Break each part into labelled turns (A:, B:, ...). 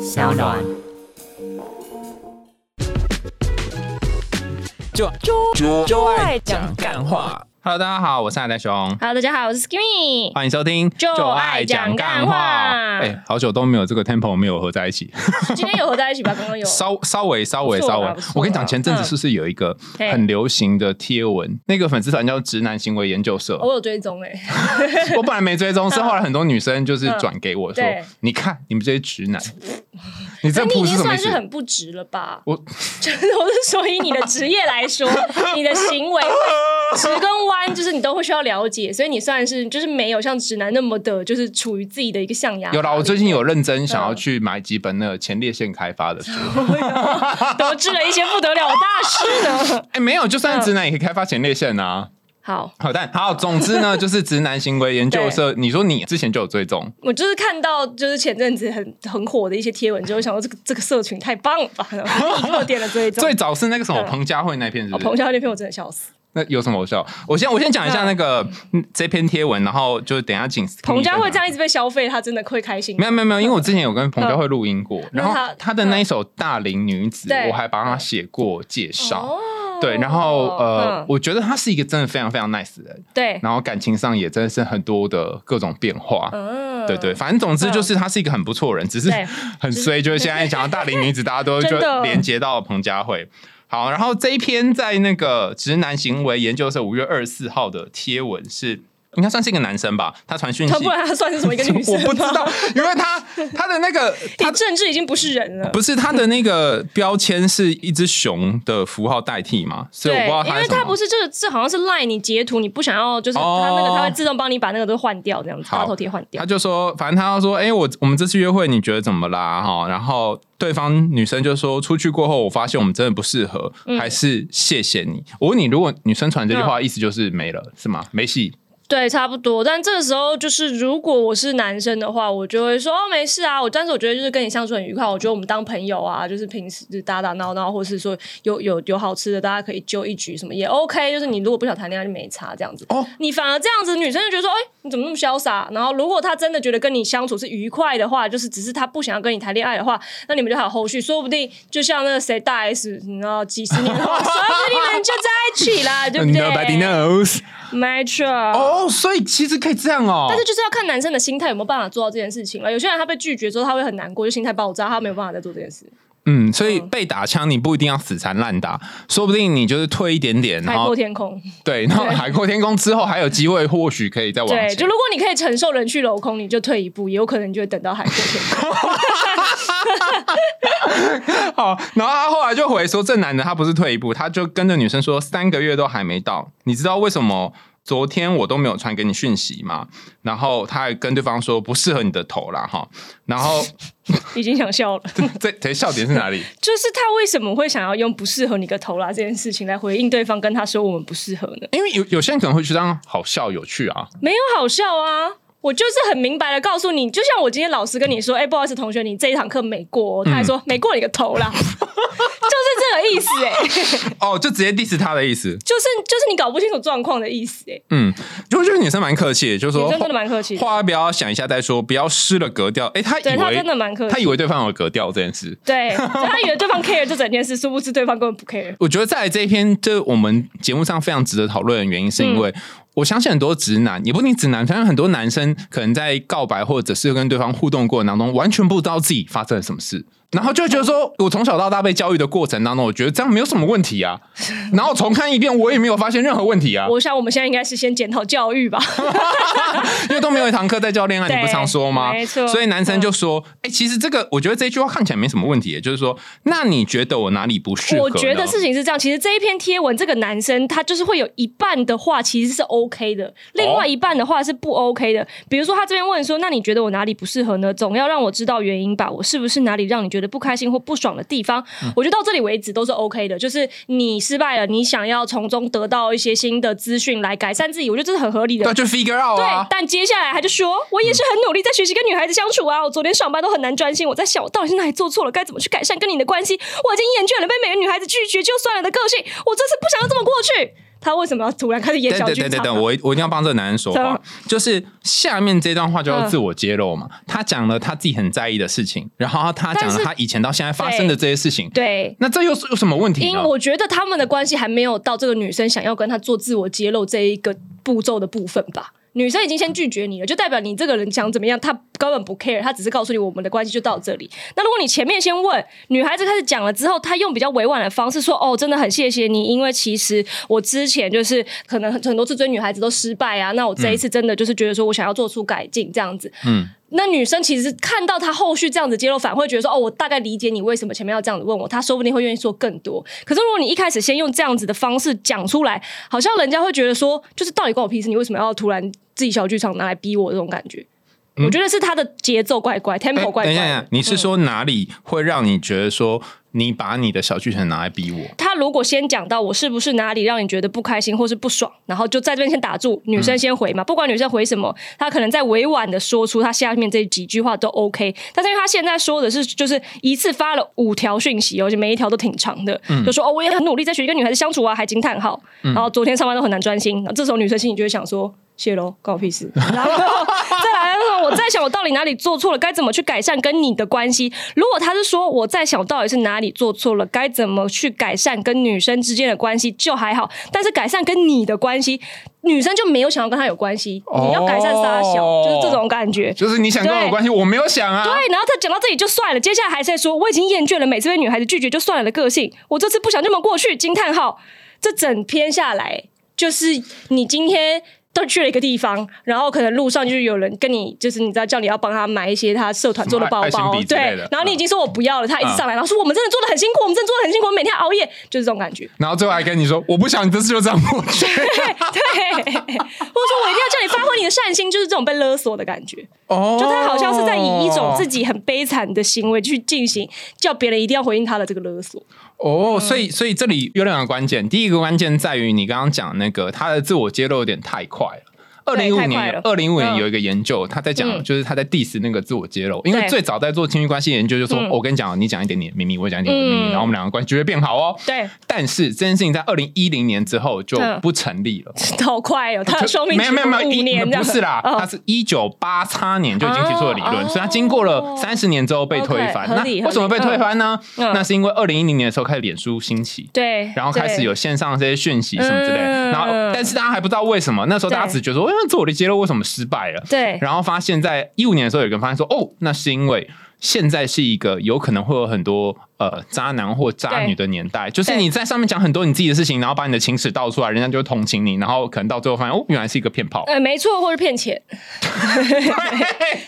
A: 小暖。
B: 就就就爱讲干话。Hello，大家好，我是海带熊，
A: Hello，大家好，我是 Skimmy。
B: 欢迎收听
A: 就爱讲干话
B: 哎、好久都没有这个 tempo 没有合在一起，
A: 今天有合在一起吧？刚刚有。
B: 稍稍微稍微
A: 不错
B: 稍
A: 啦
B: 微
A: 不错啦，
B: 我跟你讲，前阵子
A: 嗯
B: 是不是有一个
A: 嘿
B: 很流行的贴文？那个粉丝团叫“直男行为研究社”，
A: 我有追踪哎、欸，
B: 我本来没 追踪，是后来很多女生就是转给我说
A: 嗯对：“
B: 你看你们这些直 男，你这
A: 但你已
B: 铺是
A: 经
B: 什么意
A: 算是
B: 思
A: 很不值了吧？”？
B: 我
A: 就是我是说，以你的职业来说，你的行为会直跟弯，就是你都会需要了解，所以你算是就是没有像直男那么的，就是处于自己的一个象牙。
B: 有啦，我最近有认真想要
A: 嗯
B: 去买几本那个前列腺开发的书。
A: 得知了一些不得了的大事呢。
B: 哎，没有，就算是直
A: 嗯
B: 男也可以开发前列腺啊。
A: 好，
B: 好，但好，总之呢，就是直男行为研究 社。你说你之前就有追踪，
A: 我就是看到就是前阵子很很火的一些贴文之后，想到这个这个社群太棒了吧，然后立刻点了追踪
B: 最。早是那个什么
A: 嗯
B: 彭佳慧那篇，是
A: 哦，
B: 不
A: 彭
B: 是？
A: 小姐那篇我真的笑死。
B: 那有什么好笑？我先我先讲一下那个嗯这篇贴文，然后就是等一下请
A: 彭佳慧这
B: 样。
A: 样一直被消费，她真的会开心吗
B: 没。有没有没有，因为我之前有跟彭佳慧录音 过，然后
A: 那她
B: 她的那一首《大龄女子
A: 对》，
B: 我还帮她写过介绍。
A: 哦
B: 对，然后呃
A: 嗯，
B: 我觉得她是一个真的非常非常 nice 的人，
A: 对，
B: 然后感情上也真的是很多的各种变化。
A: 嗯
B: 对对，，反正总之就是他是一个很不错的人，只是
A: 对
B: 很衰，就是现在讲到大龄女子，大家都
A: 真
B: 就
A: 的
B: 连接到彭佳慧。好，然后这一篇在那个直男行为研究社五月二十四号的贴文是，应该算是一个男生吧，他传讯息
A: 她，不然她算是什么一个女生？
B: 我不知 道，，因为他他的那个
A: 你
B: 他
A: 政治已经不是人了。
B: 不是他的那个标签是一只熊的符号代替嘛，所以我不
A: 对
B: 知道，
A: 因
B: 他
A: 为它不
B: 是
A: 是这个，这好像是 line 你截图，你不想要，就是
B: 哦
A: 它那个，它会自动帮你把那个都换掉，这样子，
B: 好
A: 大头贴换
B: 什么。
A: 掉
B: 他。就说，反正他要说，哎、我我们这次约会你觉得怎么啦？哈，然后对方女生就说，出去过后我发现我们真的不适合，
A: 嗯
B: 还是谢谢你。我问你，如果女生传这句话，意思就是没了，是吗？没戏。
A: 对，差不多。但这个时候，就是如果我是男生的话，我就会说哦，没事啊。我但是我觉得就是跟你相处很愉快，我觉得我们当朋友啊，就是平时就是打打闹闹，或是说有有有好吃的，大家可以揪一局什么也 OK。就是你如果不想谈恋爱就没差这样子。
B: 哦
A: 你反而这样子，女生就觉得说，哎、你怎么那么潇洒？啊然后如果她真的觉得跟你相处是愉快的话，就是只是她不想要跟你谈恋爱的话，那你们就还有后续，说不定就像那个谁大 S，你知道几十年后，说不定你们就在一起啦，对不对
B: Nobody knows。
A: 没错。
B: 哦，所以其实可以这样哦。
A: 但是就是要看男生的心态有没有办法做到这件事情了。有些人他被拒绝之后，他会很难过，就心态爆炸，他没有办法再做这件事。
B: 嗯，所以被打枪你不一定要死缠烂打，说不定你就是退一点点，
A: 海
B: 然
A: 阔
B: 后
A: 天空，
B: 对，然后海阔天空之后还有机会，或许可以再往前。
A: 对，就如果你可以承受人去楼空，你就退一步，也有可能你就会等到海阔天 空。
B: 好，然后他后来就回说，这男的他不是退一步，他就跟着女生说，三个月都还没到，你知道为什么昨天我都没有传给你讯息吗？然后他还跟对方说不适合你的头啦，哈。然后
A: 已经想笑了，
B: 这这笑点是哪里？
A: 就是他为什么会想要用不适合你个头啦这件事情来回应对方，跟他说我们不适合呢？
B: 因为有有些人可能会觉得这样好笑有趣 啊，
A: 没有好笑啊。我就是很明白的告诉你，就像我今天老师跟你说，哎、不好意思，同学，你这一堂课没
B: 嗯
A: 过、哦，他还说、没过你个头 啦，就是这个意思、哎，
B: 哦，就直接 diss 他的意思。
A: 就是就是你搞不清楚状况的意思、哎。
B: 嗯，就我觉得女生蛮客气的，就说
A: 女生真的蛮客气的
B: 话要不要想一下再说，不要失了格调。哎，他以
A: 对他
B: 为
A: 真的蛮客气
B: 他以为对方有格调这件事。
A: 对，所以他以为对方 care 这整件事，殊不知对方根本不 care。
B: 我觉得在这一篇，就是我们节目上非常值得讨论的原因，是因为
A: 嗯
B: 我相信很多直男，也不一定直男，反正很多男生可能在告白或者是跟对方互动过程当中，完全不知道自己发生了什么事，然后就会觉得说，我从小到大被教育的过程当中，我觉得这样没有什么问题 啊，然后重看一遍，我也没有发现任何问题啊，
A: 我想我们现在应该是先检讨教育吧。
B: 因为都没有一堂课在教恋爱，
A: 对
B: 你不常说吗？
A: 没错嗯
B: 所以男生就说，哎、其实这个我觉得这句话看起来没什么问题，就是说，那你觉得我哪里不适合呢？
A: 我觉得事情是这样，其实这一篇贴文，这个男生他就是会有一半的话其实是 OK 的，
B: 哦
A: 另外一半的话是不 OK 的。比如说他这边问说，那你觉得我哪里不适合呢？总要让我知道原因吧，我是不是哪里让你觉得不开心或不爽的地方？
B: 嗯
A: 我觉得到这里为止都是 OK 的，就是你失败了，你想要从中得到一些新的资讯来改善自己，我觉得这是很合理的
B: 对，就 figure out 啊
A: 对，。但接下来他就说：“我也是很努力在学习跟女孩子相处啊，我昨天上班都很难专心，我在想我到底是哪里做错了，该怎么去改善跟你的关系？我已经厌倦了被每个女孩子拒绝就算了的个性，我这次不想要这么过去。”他为什么要突然开始演
B: 等
A: 小
B: 等
A: 剧
B: 等等
A: 场啊？
B: 等，我一我一定要帮这个男人说
A: 怎
B: 话
A: 么。
B: 就是下面这段话就要
A: 嗯
B: 自我揭露嘛，他讲了他自己很在意的事情，然后他讲
A: 但
B: 了
A: 是
B: 他以前到现在发生的这些事情，
A: 对，
B: 那这又是有什么问题
A: 因
B: 呢
A: 为？我觉得他们的关系还没有到这个女生想要跟他做自我揭露这一个步骤的部分吧。女生已经先拒绝你了，就代表你这个人想怎么样，她根本不 care，她只是告诉你我们的关系就到这里。那如果你前面先问，女孩子开始讲了之后，她用比较委婉的方式说：“哦，真的很谢谢你，因为其实我之前就是可能很很多次追女孩子都失败啊，那我这一次真的就是觉得说我想要做出改进这样子。”
B: 嗯，
A: 那女生其实看到他后续这样子揭露，反而会觉得说，哦，我大概理解你为什么前面要这样子问我，他说不定会愿意说更多。可是如果你一开始先用这样子的方式讲出来，好像人家会觉得说，就是到底关我屁事，你为什么要突然自己小剧场拿来逼我这种感觉？我觉得是他的节奏怪怪
B: 哎
A: ，tempo 怪
B: 等
A: 怪
B: 一下，等一
A: 的嗯
B: 下。你是说哪里会让你觉得说你把你的小剧场拿来逼我？
A: 他如果先讲到我是不是哪里让你觉得不开心或是不爽，然后就在这边先打住，女生先回嘛，不管女生回什么，他可能在委婉的说出他下面这几句话都 OK，但是因为他现在说的是就是一次发了五条讯息哦，而且每一条都挺长的，就说哦我也很努力在学一跟女孩子相处啊，还惊叹号，然后昨天上班都很难专心，然后这时候女生心里就会想说。谢喽，关我屁事。然后 再来，我在想我到底哪里做错了，该怎么去改善跟你的关系。如果他是说我在想我到底是哪里做错了，该怎么去改善跟女生之间的关系，就还好。但是改善跟你的关系，女生就没有想要跟他有关系，
B: 哦
A: 你要改善撒小，就是这种感觉。
B: 就是你想跟我有关系，我没有想啊。
A: 对，然后他讲到这里就算了，接下来还在说我已经厌倦了每次被女孩子拒绝就算了的个性，我这次不想这么过去。惊叹号！这整篇下来，就是你今天都去了一个地方，然后可能路上就是有人跟你，就是你知道叫你要帮他买一些他社团做的嗯包
B: 什么爱爱
A: 包
B: 心笔，之
A: 对
B: 类的，
A: 然后你已经说我不要了，他一直
B: 嗯
A: 上来，然后说我们真的做的很辛苦，我们真的做的很辛苦，我们每天熬夜，就是这种感觉。
B: 然后最后还跟你说，我不想你这次就这样过去。
A: 对，或者说我一定要叫你发挥你的善心，就是这种被勒索的感觉。
B: 哦，
A: 就他好像是在以一种自己很悲惨的行为去进行，叫别人一定要回应他的这个勒索。嗯
B: 哦，所以所以这里有两个关键，第一个关键在于你刚刚讲那个他的自我揭露有点太快了。二
A: 对
B: 零一五
A: 太快
B: 年，
A: 了
B: 二零一五年
A: 嗯
B: 有一个研究，他在讲
A: 嗯
B: 就是他在 diss 那个自我揭露，因为
A: 对
B: 最早在做亲密关系研究，就说
A: 嗯
B: 哦我跟你讲，你讲一点点秘密，我讲一点我的秘密，
A: 嗯
B: 然后我们两个关系就会变好哦。
A: 对，
B: 但是这件事情在二零一零年之后就
A: 嗯
B: 不成立了，
A: 好 快哦，他的寿命
B: 没有没有没有
A: 五
B: 一
A: 年这样
B: 不是啦，
A: 哦
B: 他是一九八叉年就已经提出了理论，
A: 哦
B: 所以他经过了三十年之后被推翻。
A: OK，
B: 那
A: 合理
B: 为什么被推翻呢？
A: 嗯嗯
B: 那是因为二零一零年的时候开始脸书兴起。
A: 对，
B: 然后开始
A: 对
B: 有线上这些讯息什么之类的，
A: 嗯
B: 然后但是大家还不知道为什么，那时候大家
A: 对
B: 只觉得说，哎，自我的揭露为什么失败了？
A: 对
B: 然后发现在一五年的时候，有人发现说，哦，那是因为现在是一个有可能会有很多呃渣男或渣女的年代，就是
A: 对
B: 你在上面讲很多你自己的事情，然后把你的情史倒出来，人家就会同情你，然后可能到最后发现，哦，原来是一个骗炮。
A: 呃没错，或是骗钱，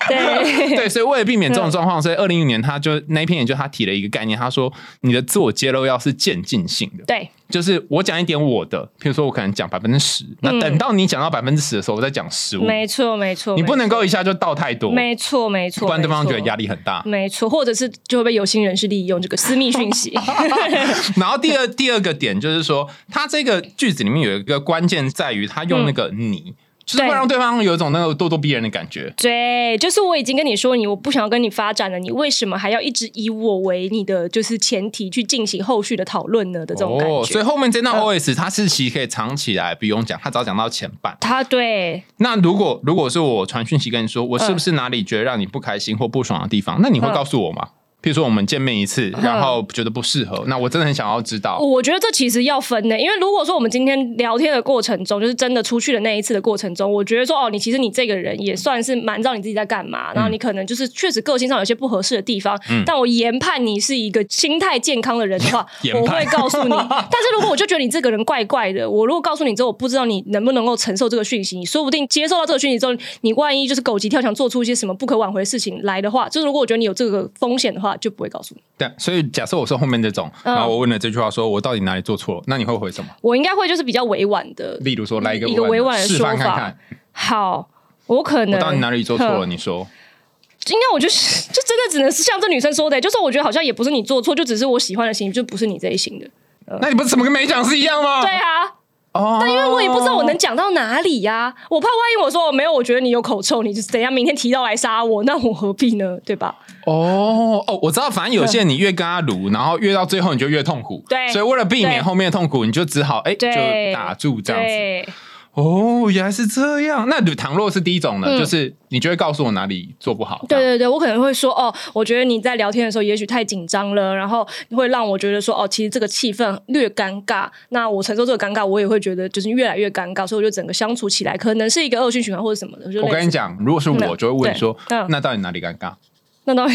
A: 对
B: 对，所以为了避免这种状况，所以二零一年他就那一篇研究他提了一个概念，他说你的自我揭露要是渐进性的，
A: 对
B: 就是我讲一点我的，譬如说我可能讲百分之十，那等到你讲到百分之十的时候，我再讲十五，
A: 没错没错，
B: 你不能
A: 没错
B: 够一下就倒太多，
A: 没错没错，嗯
B: 不然对方觉得压
A: 力。
B: 力很大。
A: 没错，或者是就会被有心人士利用这个私密 讯息。
B: 然后第二第二个点就是说，他这个句子里面有一个关键在于他用那个你，就是会
A: 嗯对
B: 让对方有一种那个咄咄逼人的感觉。
A: 对，就是我已经跟你说你我不想要跟你发展了，你为什么还要一直以我为你的就是前提去进行后续的讨论呢的这种感觉？
B: 哦
A: 嗯
B: 所以后面这段 OS 它是其实可以藏起来，不用讲，他只要讲到前半。
A: 他对
B: 那如果如果是我传讯息跟你说，我是不是哪里觉得让你不开心或不爽的地
A: 嗯
B: 方，那你会告诉我吗？譬如说我们见面一次，然后觉得不适合，那我真的很想要知道。
A: 哦我觉得这其实要分的，因为如果说我们今天聊天的过程中，就是真的出去的那一次的过程中，我觉得说哦，你其实你这个人也算是蛮知道你自己在干
B: 嗯
A: 嘛，然后你可能就是确实个性上有些不合适的地方，但我研判你是一个心态健康的人的话
B: 研，判
A: 我会告诉 你。但是如果我就觉得你这个人怪怪的，我如果告诉你之后，我不知道你能不能够承受这个讯息，你说不定接受到这个讯息之后，你万一就是狗急跳墙做出一些什么不可挽回的事情来的话，就是如果我觉得你有这个风险的话，就不会告诉你。
B: 但所以假设我是后面这种，
A: 嗯
B: 然后我问了这句话说我到底哪里做错了，那你会回什么？
A: 我应该会就是比较委婉的
B: 例如说来一个
A: 一个委婉的
B: 示
A: 说
B: 范看
A: 法
B: 看，。
A: 好，我可
B: 我
A: 能
B: 到底哪里做错了？
A: 哼
B: 你说
A: 应该我就是就真的只能是像这女生说的，就是我觉得好像也不是你做错，就只是我喜欢的型，就不是你这一型的。
B: 那你不是怎么跟没讲是一样吗？
A: 嗯对啊，
B: 哦，
A: 但因为我也不知道我能讲到哪里呀、我怕万一我说我没有，我觉得你有口臭，你就等一下明天提到来杀我，那我何必呢？对吧？
B: 哦哦，我知道，反正有些人你越跟他撸，然后越到最后你就越痛苦，
A: 嗯对
B: 所以为了避
A: 对
B: 免后面的痛苦，你就只好哎就
A: 对
B: 打住这样子。
A: 对，
B: 哦，原来是这样。那倘若是第一种呢，
A: 嗯
B: 就是你就会告诉我哪里做不好，
A: 对对对，我可能会说哦，我觉得你在聊天的时候也许太紧张了，然后会让我觉得说哦，其实这个气氛略尴尬。那我承受这个尴尬，我也会觉得就是越来越尴尬，所以我就整个相处起来可能是一个恶性循环或者什么的。就
B: 我
A: 类
B: 跟
A: 似
B: 你讲，如果是我，就会问说
A: 对嗯，
B: 那到底哪里尴尬？
A: 那倒也，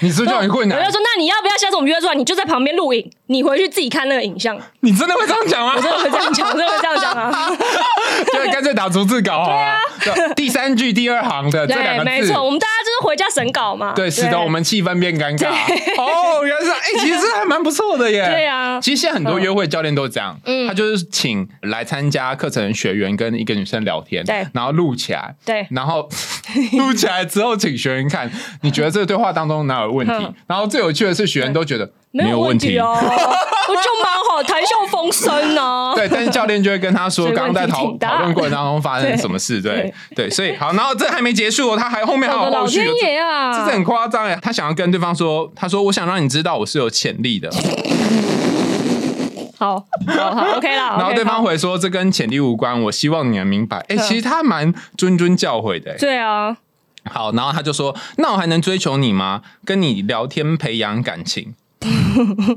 B: 你是不是就很困
A: 我
B: 难
A: 就？说那你要不要下次我们约出来，你就在旁边录影，你回去自己看那个影像。
B: 你真的会这样 讲吗？
A: 我真的会这样讲，我真的会这样讲啊。
B: 就干脆打逐字稿啊。对第三句第二行的这两
A: 对，
B: 个
A: 没
B: 字，
A: 错，我们大家就是回家审稿嘛。
B: 对，使得我们气氛变尴尬。哦，原来是 哎，其实还蛮不错的耶。
A: 对啊
B: 其实现在很多约会教练都这样，
A: 嗯
B: 他就是请来参加课程的学员跟一个女生聊天，
A: 对
B: 然后录起来，
A: 对
B: 然 后录起来之后请学员看，你觉得这个对话当中哪有问题
A: 嗯？
B: 然后最有趣的是，学员都觉得
A: 没有问题哦，我就蛮好，谈笑风生啊呢。
B: 对，但是教练就会跟他说，
A: 所以
B: 刚刚在
A: 问题
B: 讨
A: 挺大
B: 讨论过程当中发生什么事，对对，所以好，然后这还没结束哦，他还后面还
A: 我
B: 有
A: 的老
B: 后续
A: 天
B: 哦，
A: 爷啊！
B: 这这是很夸张哎，他想要跟对方说，他说我想让你知道我是有潜力的，
A: 好，好好，OK 啦。
B: 然后
A: OK，
B: 对方
A: 好，
B: 回说这跟潜力无关，我希望你能明白，哎，
A: 嗯
B: 其实他蛮谆谆教诲的，哎
A: 对啊，
B: 好，然后他就说那我还能追求你吗？跟你聊天培养感 情，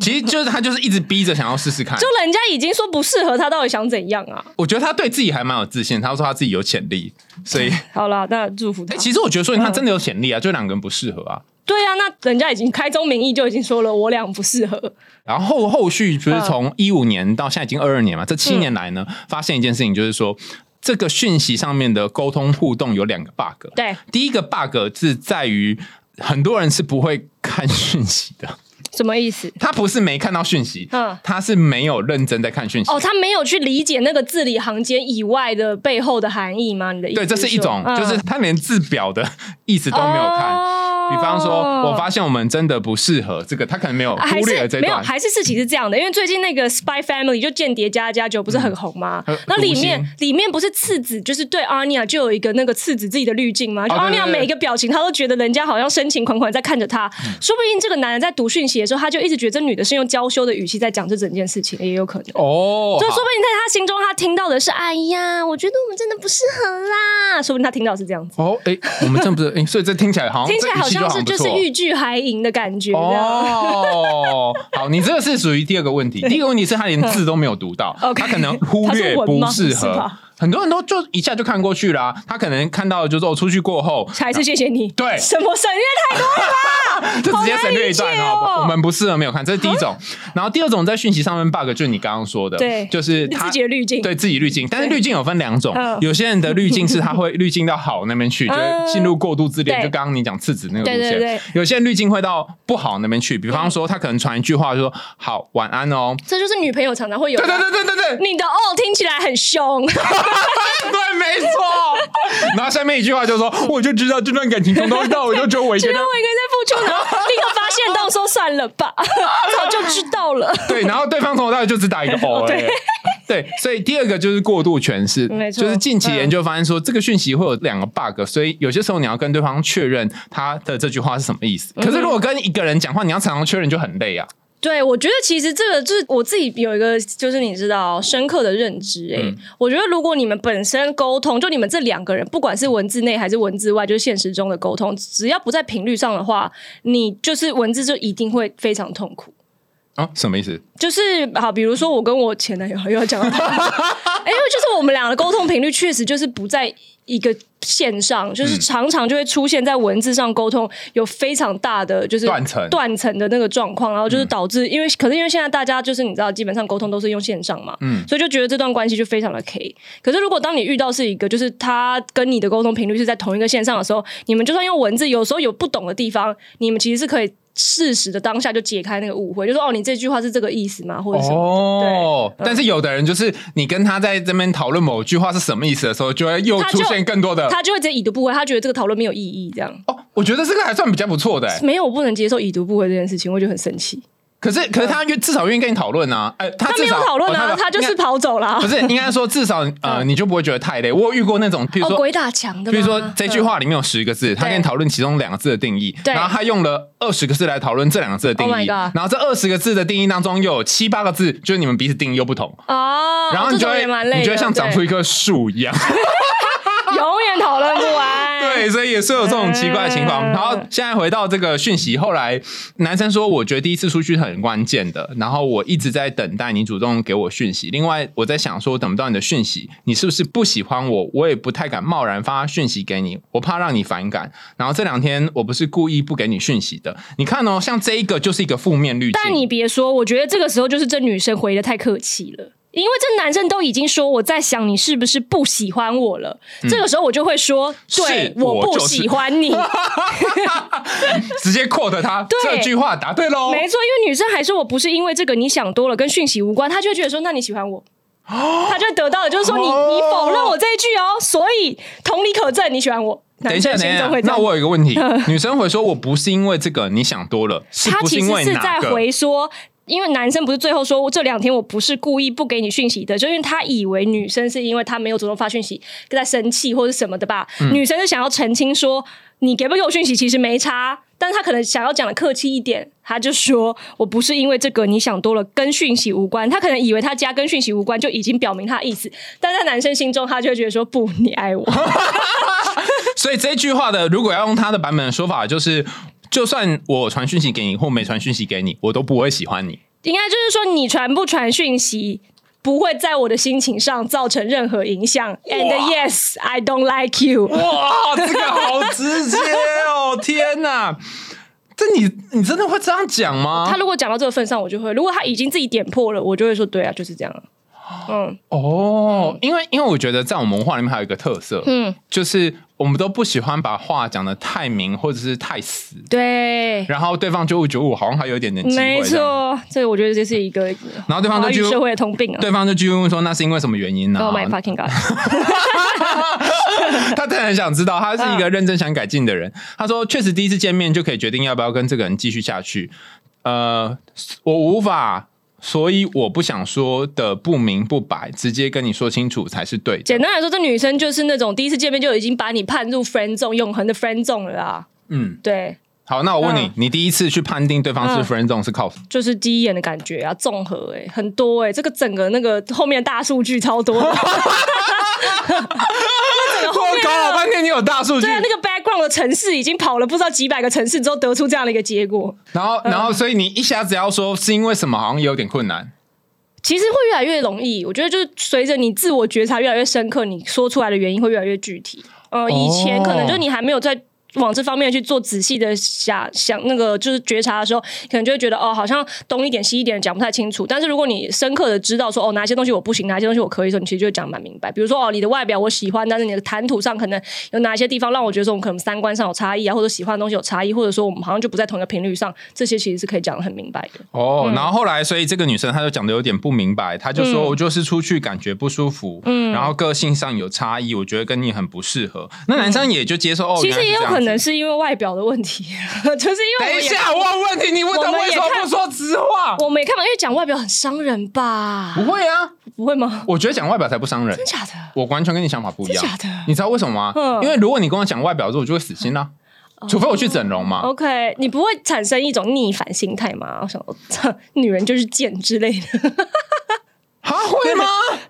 B: 其实就是他就是一直逼着想要试试看
A: 就，人家已经说不适合他，到底想怎样啊？
B: 我觉得他对自己还蛮有自信，他说他自己有潜力，所以。
A: 好啦，那祝福他
B: 哎、。其实我觉得，说明他真的有潜力啊，就两个人不适合啊。
A: 对啊，那人家已经开宗明义就已经说了，我俩不适合。
B: 然后后续就是
A: 嗯
B: 从一五年到现在已经二二年嘛，这七年来呢，发现一件事情，就是说这个讯息上面的沟通互动有两个 bug。
A: 对，
B: 第一个 bug 是在于很多人是不会看讯息的，
A: 什么意思？
B: 他不是没看到讯息，
A: 嗯
B: 他是没有认真在看讯息。
A: 哦，他没有去理解那个字里行间以外的背后的含义吗？你的意思？
B: 对，
A: 嗯
B: 这是一种，就是他连字表的意思都没有看。
A: 哦
B: 比方说，我发现我们真的不适合这个，他可能没有
A: 啊还
B: 忽略了
A: 是
B: 这
A: 没有，
B: 段。
A: 还是事情是这样的，因为最近那个《Spy Family》就《间谍家家酒》不是很红吗？
B: 嗯
A: 那里
B: 卢
A: 面里面不是次子就是对 Anya 就有一个那个次子自己的滤镜吗？就
B: 哦对
A: Anya
B: 对对嗯
A: 每一个表情，他都觉得人家好像深情款款在看着他，说不定这个男人在读讯息的时候，他就一直觉得这女的是用娇羞的语气在讲这整件事情，也有可能。
B: 哦，
A: 就
B: 好
A: 说不定在他心中，他听到的是“哎呀，我觉得我们真的不适合啦”，说不定他听到的是这样子，
B: 哦，哎、我们这不是，哎、所以这听起来好像
A: 听起来好
B: 这语气
A: 像是就
B: 不
A: 是啊
B: 错
A: 欲拒还迎的感觉。这样
B: 哦，好，你这个是属于第二个问题。第一个问题是他连字都没有读到，
A: OK
B: 他可能忽略
A: 他是文
B: 不
A: 盲
B: 适
A: 是
B: 合
A: 吧。
B: 很多人都就一下就看过去啦、他可能看到就是我哦出去过后，
A: 还是谢谢你。
B: 对
A: 什么省略太多了吧？
B: 就直接省略一段
A: 好难理解哦啊
B: 我们不适合没有看，这是第一种。然后第二种在讯息上面 bug 就是你刚刚说的，
A: 对
B: 就是
A: 你
B: 他
A: 自己的滤镜
B: 对自己滤镜。但是滤镜有分两种
A: 嗯，
B: 有些人的滤镜是他会滤镜到好那边 去，就
A: 嗯
B: 是进入过度自恋，
A: 对
B: 就刚刚你讲次子那个路
A: 对对对
B: 线。有些人滤镜会到不好那边去，比方说他可能传一句话就说“好晚安哦”，
A: 这就是女朋友常常会有的。
B: 对对对对 对对，
A: 你的哦听起来 很凶，
B: 对，没错。然后下面一句话就说：“我就知道这段感情从头到尾就只有我一个
A: 觉
B: 人
A: 得。”我应该在付出，然后 立刻发现到说算了吧，早就知道了。
B: 对，然后对方从头到尾就只打一个哦、
A: 对
B: 欸， 对，所以第二个就是过度诠释
A: 没，错嗯
B: 就是近期研究发现说，这个讯息会有两个 bug，所以有些时候你要跟对方确认他的这句话是什么意思。可是
A: 嗯
B: 如果跟一个人讲话，你要常常确认就很累啊。
A: 对，我觉得其实这个就是我自己有一个，就是你知道深刻的认知、欸。哎、
B: 嗯
A: 我觉得如果你们本身沟通，就你们这两个人，不管是文字内还是文字外，就是现实中的沟通，只要不在频率上的话，你就是文字就一定会非常痛苦。
B: 啊，什么意思？
A: 就是好，比如说我跟我前男友又要讲到 他，哎因为就是我们俩的沟通频率确实就是不在一个线上，
B: 嗯
A: 就是常常就会出现在文字上沟通有非常大的就是
B: 断层嗯
A: 断层的那个状况，然后就是导致因为可是因为现在大家就是你知道基本上沟通都是用线上嘛，
B: 嗯
A: 所以就觉得这段关系就非常的 K。可是如果当你遇到是一个，就是他跟你的沟通频率是在同一个线上的时候，你们就算用文字，有时候有不懂的地方，你们其实是可以适时的当下就解开那个误会，就说哦，你这句话是这个意思吗？或者什么？嗯
B: 哦，但是有的人就是你跟他在这边讨论某句话是什么意思的时候，就会又
A: 他就
B: 出现更多的。
A: 他就会直接已读不回，他觉得这个讨论没有意义，这样
B: 哦，我觉得这个还算比较不错的、欸。
A: 没有我不能接受已读不回这件事情，我就很生气。
B: 可是可是他愿至少愿意跟你讨论啊，哎，他
A: 他
B: 至
A: 没有
B: 少
A: 讨论啊，
B: 哦
A: 他就是跑走了 啊。
B: 不是应该说至少呃你就不会觉得太累。我有遇过那种，譬如
A: 嗯哦，
B: 说
A: 鬼打墙的吗。
B: 比如说这句
A: 嗯
B: 话里面有十个字，他跟你讨论其中两个字的定义，
A: 对
B: 然后他用了二十个字来讨论这两个字的定
A: Oh my
B: 义，
A: god
B: 然后这二十个字的定义当中又有七八个字就是你们彼此定义又不同，
A: 哦，
B: 然后你
A: 这
B: 就
A: 种
B: 会
A: 也蛮累的，
B: 你就会像长出一棵树一样，
A: 对永远讨论不完。
B: 对，所以也是有这种奇怪的情况。
A: 哎嗯
B: 然后现在回到这个讯息，后来男生说，我觉得第一次出去是很关键的，然后我一直在等待你主动给我讯息。另外，我在想说，等不到你的讯息，你是不是不喜欢我？我也不太敢贸然发讯息给你，我怕让你反感。然后这两天我不是故意不给你讯息的，你看哦，像这一个就是一个负面滤镜。
A: 但你别说，我觉得这个时候就是这女生回的太客气了。因为这男生都已经说我在想你是不是不喜欢我了，这个时候我就会说，
B: 嗯是
A: 对，
B: 我
A: 不
B: 就是
A: 喜欢 你，
B: 直接 quote 他这句话答对喽，
A: 没错，因为女生还说我不是因为这个你想多了，跟讯息无关，她就会觉得说那你喜欢 我，她就会得到的就是说你你否认我这一句哦，所以同理可证你喜欢我。
B: 等一下，
A: 男生
B: 等一
A: 心
B: 下
A: 中会，这
B: 那
A: 样嗯
B: 我有一个问题，女生回说我不是因为这个，你想多 了，是
A: 他
B: 不是
A: 其
B: 因
A: 实
B: 为
A: 是
B: 哪
A: 在
B: 个？
A: 回说，因为男生不是最后说我这两天我不是故意不给你讯息的，就因为他以为女生是因为他没有主动发讯息在生气或者什么的吧，
B: 嗯
A: 女生是想要澄清说你给不给我讯息其实没差。但是他可能想要讲的客气一点，他就说：“我不是因为这个，你想多了，跟讯息无关。”他可能以为他加跟讯息无关就已经表明他的意思，但在男生心中，他就会觉得说：“不，你爱我。
B: 所以这句话的，如果要用他的版本的说法，就是就算我传讯息给你或没传讯息给你，我都不会喜欢你。”
A: 应该就是说，你传不传讯息不会在我的心情上造成任何影响。And yes, I don't like you。
B: 哇，这个好直接哦！天哪，这你你真的会这样讲吗
A: 他？如果讲到这个份上，我就会；如果他已经自己点破了，我就会说：“对啊，就是这样啊。”嗯，
B: 哦，因为因为我觉得在我们文化里面还有一个特色，嗯
A: 嗯，
B: 就是我们都不喜欢把话讲的太明或者是太死，
A: 对，
B: 然后对方就会觉得我好像还有一点点机会，
A: 没错，这个我觉得这是一个
B: 然后对方
A: 华
B: 就
A: 语
B: 继续
A: 社会的通 病啊。
B: 对啊方就继续问说那是因为什么原因呢、
A: Oh my fucking god！
B: 他真的很想知道，他是一个认真想改进的人。他说，确实第一次见面就可以决定要不要跟这个人继续下去。呃，我无法，所以我不想说的不明不白，直接跟你说清楚才是对的。
A: 简单来说，这女生就是那种第一次见面就已经把你判入 friend zone 永恒的 friend zone 了啦。
B: 嗯，
A: 对，
B: 好，那我问你，
A: 嗯
B: 你第一次去判定对方是
A: 嗯
B: friend zone 是靠 什么？
A: 就是第一眼的感觉啊，综合哎、很多哎、这个整个那个后面大数据超多的。
B: 我搞老半天，你有大数据
A: 对啊，那个 background 的城市已经跑了不知道几百个城市之后，得出这样的一个结果，
B: 然后，然后，所以你一下子要说是因为什么，好像也有点困难。
A: 其实会越来越容易。我觉得就是随着你自我觉察越来越深刻，你说出来的原因会越来越具体。呃，以前可能就是你还没有在。往这方面去做仔细的想想，那个就是觉察的时候，可能就会觉得哦，好像东一点西一点讲不太清楚。但是如果你深刻的知道说哦，哪些东西我不行，哪些东西我可以的时候，你其实就会讲得蛮明白。比如说哦，你的外表我喜欢，但是你的谈吐上可能有哪些地方让我觉得说我们可能三观上有差异啊，或者喜欢的东西有差异，或者说我们好像就不在同一个频率上，这些其实是可以讲得很明白的。
B: 哦，然后后来，所以这个女生她就讲的有点不明白，她就说
A: 嗯
B: 我就是出去感觉不舒服，嗯，然后个性上有差异，我觉得跟你很不适合。那男生也就接受，哦，
A: 嗯其实也
B: 原来是
A: 有
B: 这样子
A: 可能。是因为外表的问题， 就是因为我
B: 等一
A: 们也
B: 下，我有问题，你问他
A: 我们也
B: 为什么
A: 看
B: 不说实话？
A: 我没看嘛，因为讲外表很伤人吧？
B: 不会啊，
A: 不会吗？
B: 我觉得讲外表才不伤人
A: 真。假的？
B: 我完全跟你想法不一样
A: 真假的，
B: 你知道为什么吗？
A: 嗯哦
B: 因为如果你跟我讲外表的时候，我就会死心啦，除非我去整容嘛。
A: OK，你不会产生一种逆反心态吗？我想说，女人就是贱之类的，
B: 哈，会吗？